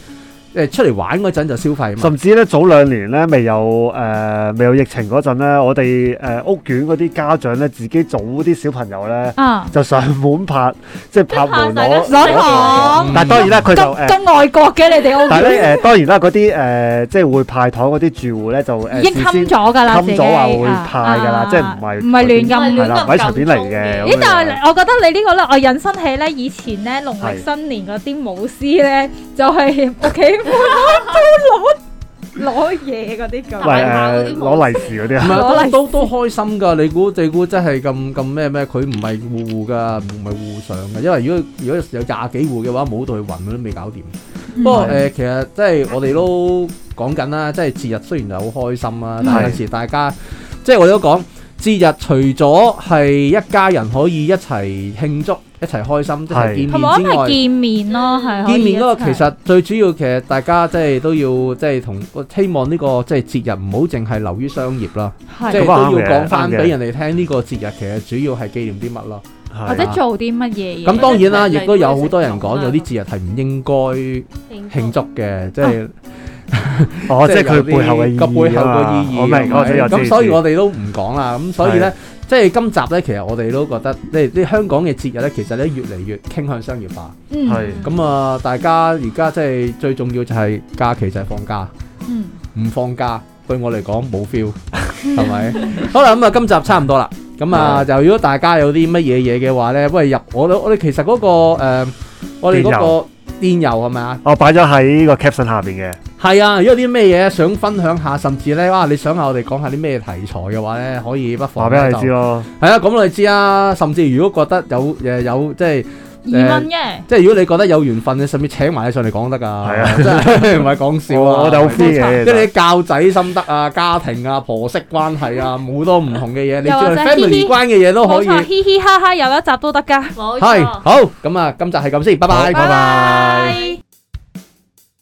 [SPEAKER 1] 誒出嚟玩嗰陣就消費嘛。
[SPEAKER 4] 甚至咧早兩年咧未有誒、呃未有疫情嗰陣咧，我哋誒、呃屋苑嗰啲家長咧自己組啲小朋友咧
[SPEAKER 2] 啊，
[SPEAKER 4] 就上門拍，即係拍門
[SPEAKER 3] 即係拍大家
[SPEAKER 4] 攞
[SPEAKER 2] 攞
[SPEAKER 4] 糖
[SPEAKER 2] 糖
[SPEAKER 1] 嗯
[SPEAKER 4] 但係當然啦，佢就誒。
[SPEAKER 2] 咁咁外國嘅你哋屋
[SPEAKER 4] 但係
[SPEAKER 2] 苑
[SPEAKER 4] 咧誒，當然啦，嗰啲誒即係會派糖嗰啲住戶咧，就誒
[SPEAKER 2] 已經
[SPEAKER 4] 事先
[SPEAKER 2] 冚咗㗎啦，
[SPEAKER 4] 冚
[SPEAKER 2] 自己
[SPEAKER 4] 咗話會
[SPEAKER 2] 啊
[SPEAKER 4] 派㗎
[SPEAKER 2] 啊
[SPEAKER 4] 啦即係唔係
[SPEAKER 2] 唔係亂咁
[SPEAKER 3] 唔係亂
[SPEAKER 4] 係啦，唔係隨便嚟
[SPEAKER 3] 咁
[SPEAKER 4] 嘅。
[SPEAKER 2] 咦？但係我覺得你呢個咧，我引申起咧，以前咧農曆新年嗰啲舞獅咧，就係屋 企搬攞攞嘢嗰啲
[SPEAKER 4] 喂
[SPEAKER 2] 咁。
[SPEAKER 4] 誒攞利是
[SPEAKER 1] 唔
[SPEAKER 4] 嗰啲啊，
[SPEAKER 2] 攞
[SPEAKER 1] 係
[SPEAKER 2] 利
[SPEAKER 1] 都都都開心㗎，你估你估真係咁咁咩咩？佢唔係户户㗎，唔係户户上㗎。因為如果如果有廿幾户嘅話，冇到去雲都未搞掂。
[SPEAKER 2] 嗯
[SPEAKER 1] 不過誒、其實即係我哋都講緊啦，即係節日雖然係好開心
[SPEAKER 2] 嗯
[SPEAKER 1] 啦，但係有時大家即係我哋都講節日，除咗係一家人可以一齊慶祝一齊開心，一
[SPEAKER 4] 係
[SPEAKER 1] 齊見
[SPEAKER 2] 同埋我
[SPEAKER 1] 面之
[SPEAKER 2] 諗
[SPEAKER 1] 外
[SPEAKER 2] 係。見面咯，係可以
[SPEAKER 1] 見面嗰個
[SPEAKER 2] 一齊
[SPEAKER 1] 其實最主要其實大家即係都要即係同希望呢個即係節日唔好淨係流於商業啦，
[SPEAKER 2] 係
[SPEAKER 1] 即係
[SPEAKER 4] 咁啊
[SPEAKER 1] 都要
[SPEAKER 4] 啱嘅
[SPEAKER 1] 講翻
[SPEAKER 4] 啱嘅
[SPEAKER 1] 俾人哋聽呢個節日其實主要係紀念啲乜咯。
[SPEAKER 2] 或者做啲乜嘢嘢。
[SPEAKER 1] 咁當然啦，
[SPEAKER 3] 即係
[SPEAKER 1] 亦都有好多人
[SPEAKER 3] 例
[SPEAKER 1] 講
[SPEAKER 3] 如
[SPEAKER 1] 有啲節日係唔應該
[SPEAKER 2] 啊
[SPEAKER 1] 慶祝嘅，即係
[SPEAKER 4] 哦，即係
[SPEAKER 1] 有啲
[SPEAKER 4] 佢背後嘅意義
[SPEAKER 1] 個背後個
[SPEAKER 4] 啊
[SPEAKER 1] 意義。
[SPEAKER 4] 我明，我
[SPEAKER 1] 係
[SPEAKER 4] 知我知
[SPEAKER 1] 咁所以我哋都唔講啦。咁所以咧
[SPEAKER 4] 係，
[SPEAKER 1] 即係今集咧，其實我哋都覺得，即係啲香港嘅節日咧，其實咧越嚟越傾向商業化。
[SPEAKER 2] 嗯
[SPEAKER 4] 係
[SPEAKER 1] 咁啊，大家而家即係最重要就係假期就係放假。
[SPEAKER 2] 嗯
[SPEAKER 1] 唔放假對我嚟講冇 feel，係咪？ 好啦，咁啊，今集差唔多啦。咁啊，就如果大家有啲乜嘢嘢嘅話咧，喂入我都我哋其實嗰、個、呃、我哋嗰個電郵係咪啊？
[SPEAKER 4] 我哦擺咗喺個 caption 下邊嘅。
[SPEAKER 1] 係啊，如果有啲咩嘢想分享下，甚至咧哇，你想下我哋講下啲咩題材嘅話咧，可以不妨
[SPEAKER 4] 話俾
[SPEAKER 1] 呢
[SPEAKER 4] 你知。咯，
[SPEAKER 1] 就係啊，講我哋知啊。甚至如果覺得有誒有即係
[SPEAKER 2] 二蚊嘅，
[SPEAKER 1] 即係如果你覺得有緣分，你甚至請埋你上嚟講得㗎。
[SPEAKER 4] 係啊
[SPEAKER 1] 真係唔係講笑啊！
[SPEAKER 4] 我我哋好 free
[SPEAKER 1] 即係你
[SPEAKER 4] 嘅，
[SPEAKER 1] 教仔心得啊、家庭啊、婆媳關係啊，好多唔同嘅嘢，你
[SPEAKER 2] 又或者
[SPEAKER 1] 最
[SPEAKER 2] 嘻
[SPEAKER 1] family
[SPEAKER 2] 嘻
[SPEAKER 1] 關嘅嘢都可
[SPEAKER 2] 冇
[SPEAKER 1] 以。
[SPEAKER 2] 錯，嘻嘻哈哈有一集都得㗎。
[SPEAKER 3] 冇
[SPEAKER 1] 係
[SPEAKER 3] 錯。
[SPEAKER 1] 好咁啊，今集係咁先，拜拜。
[SPEAKER 2] 拜。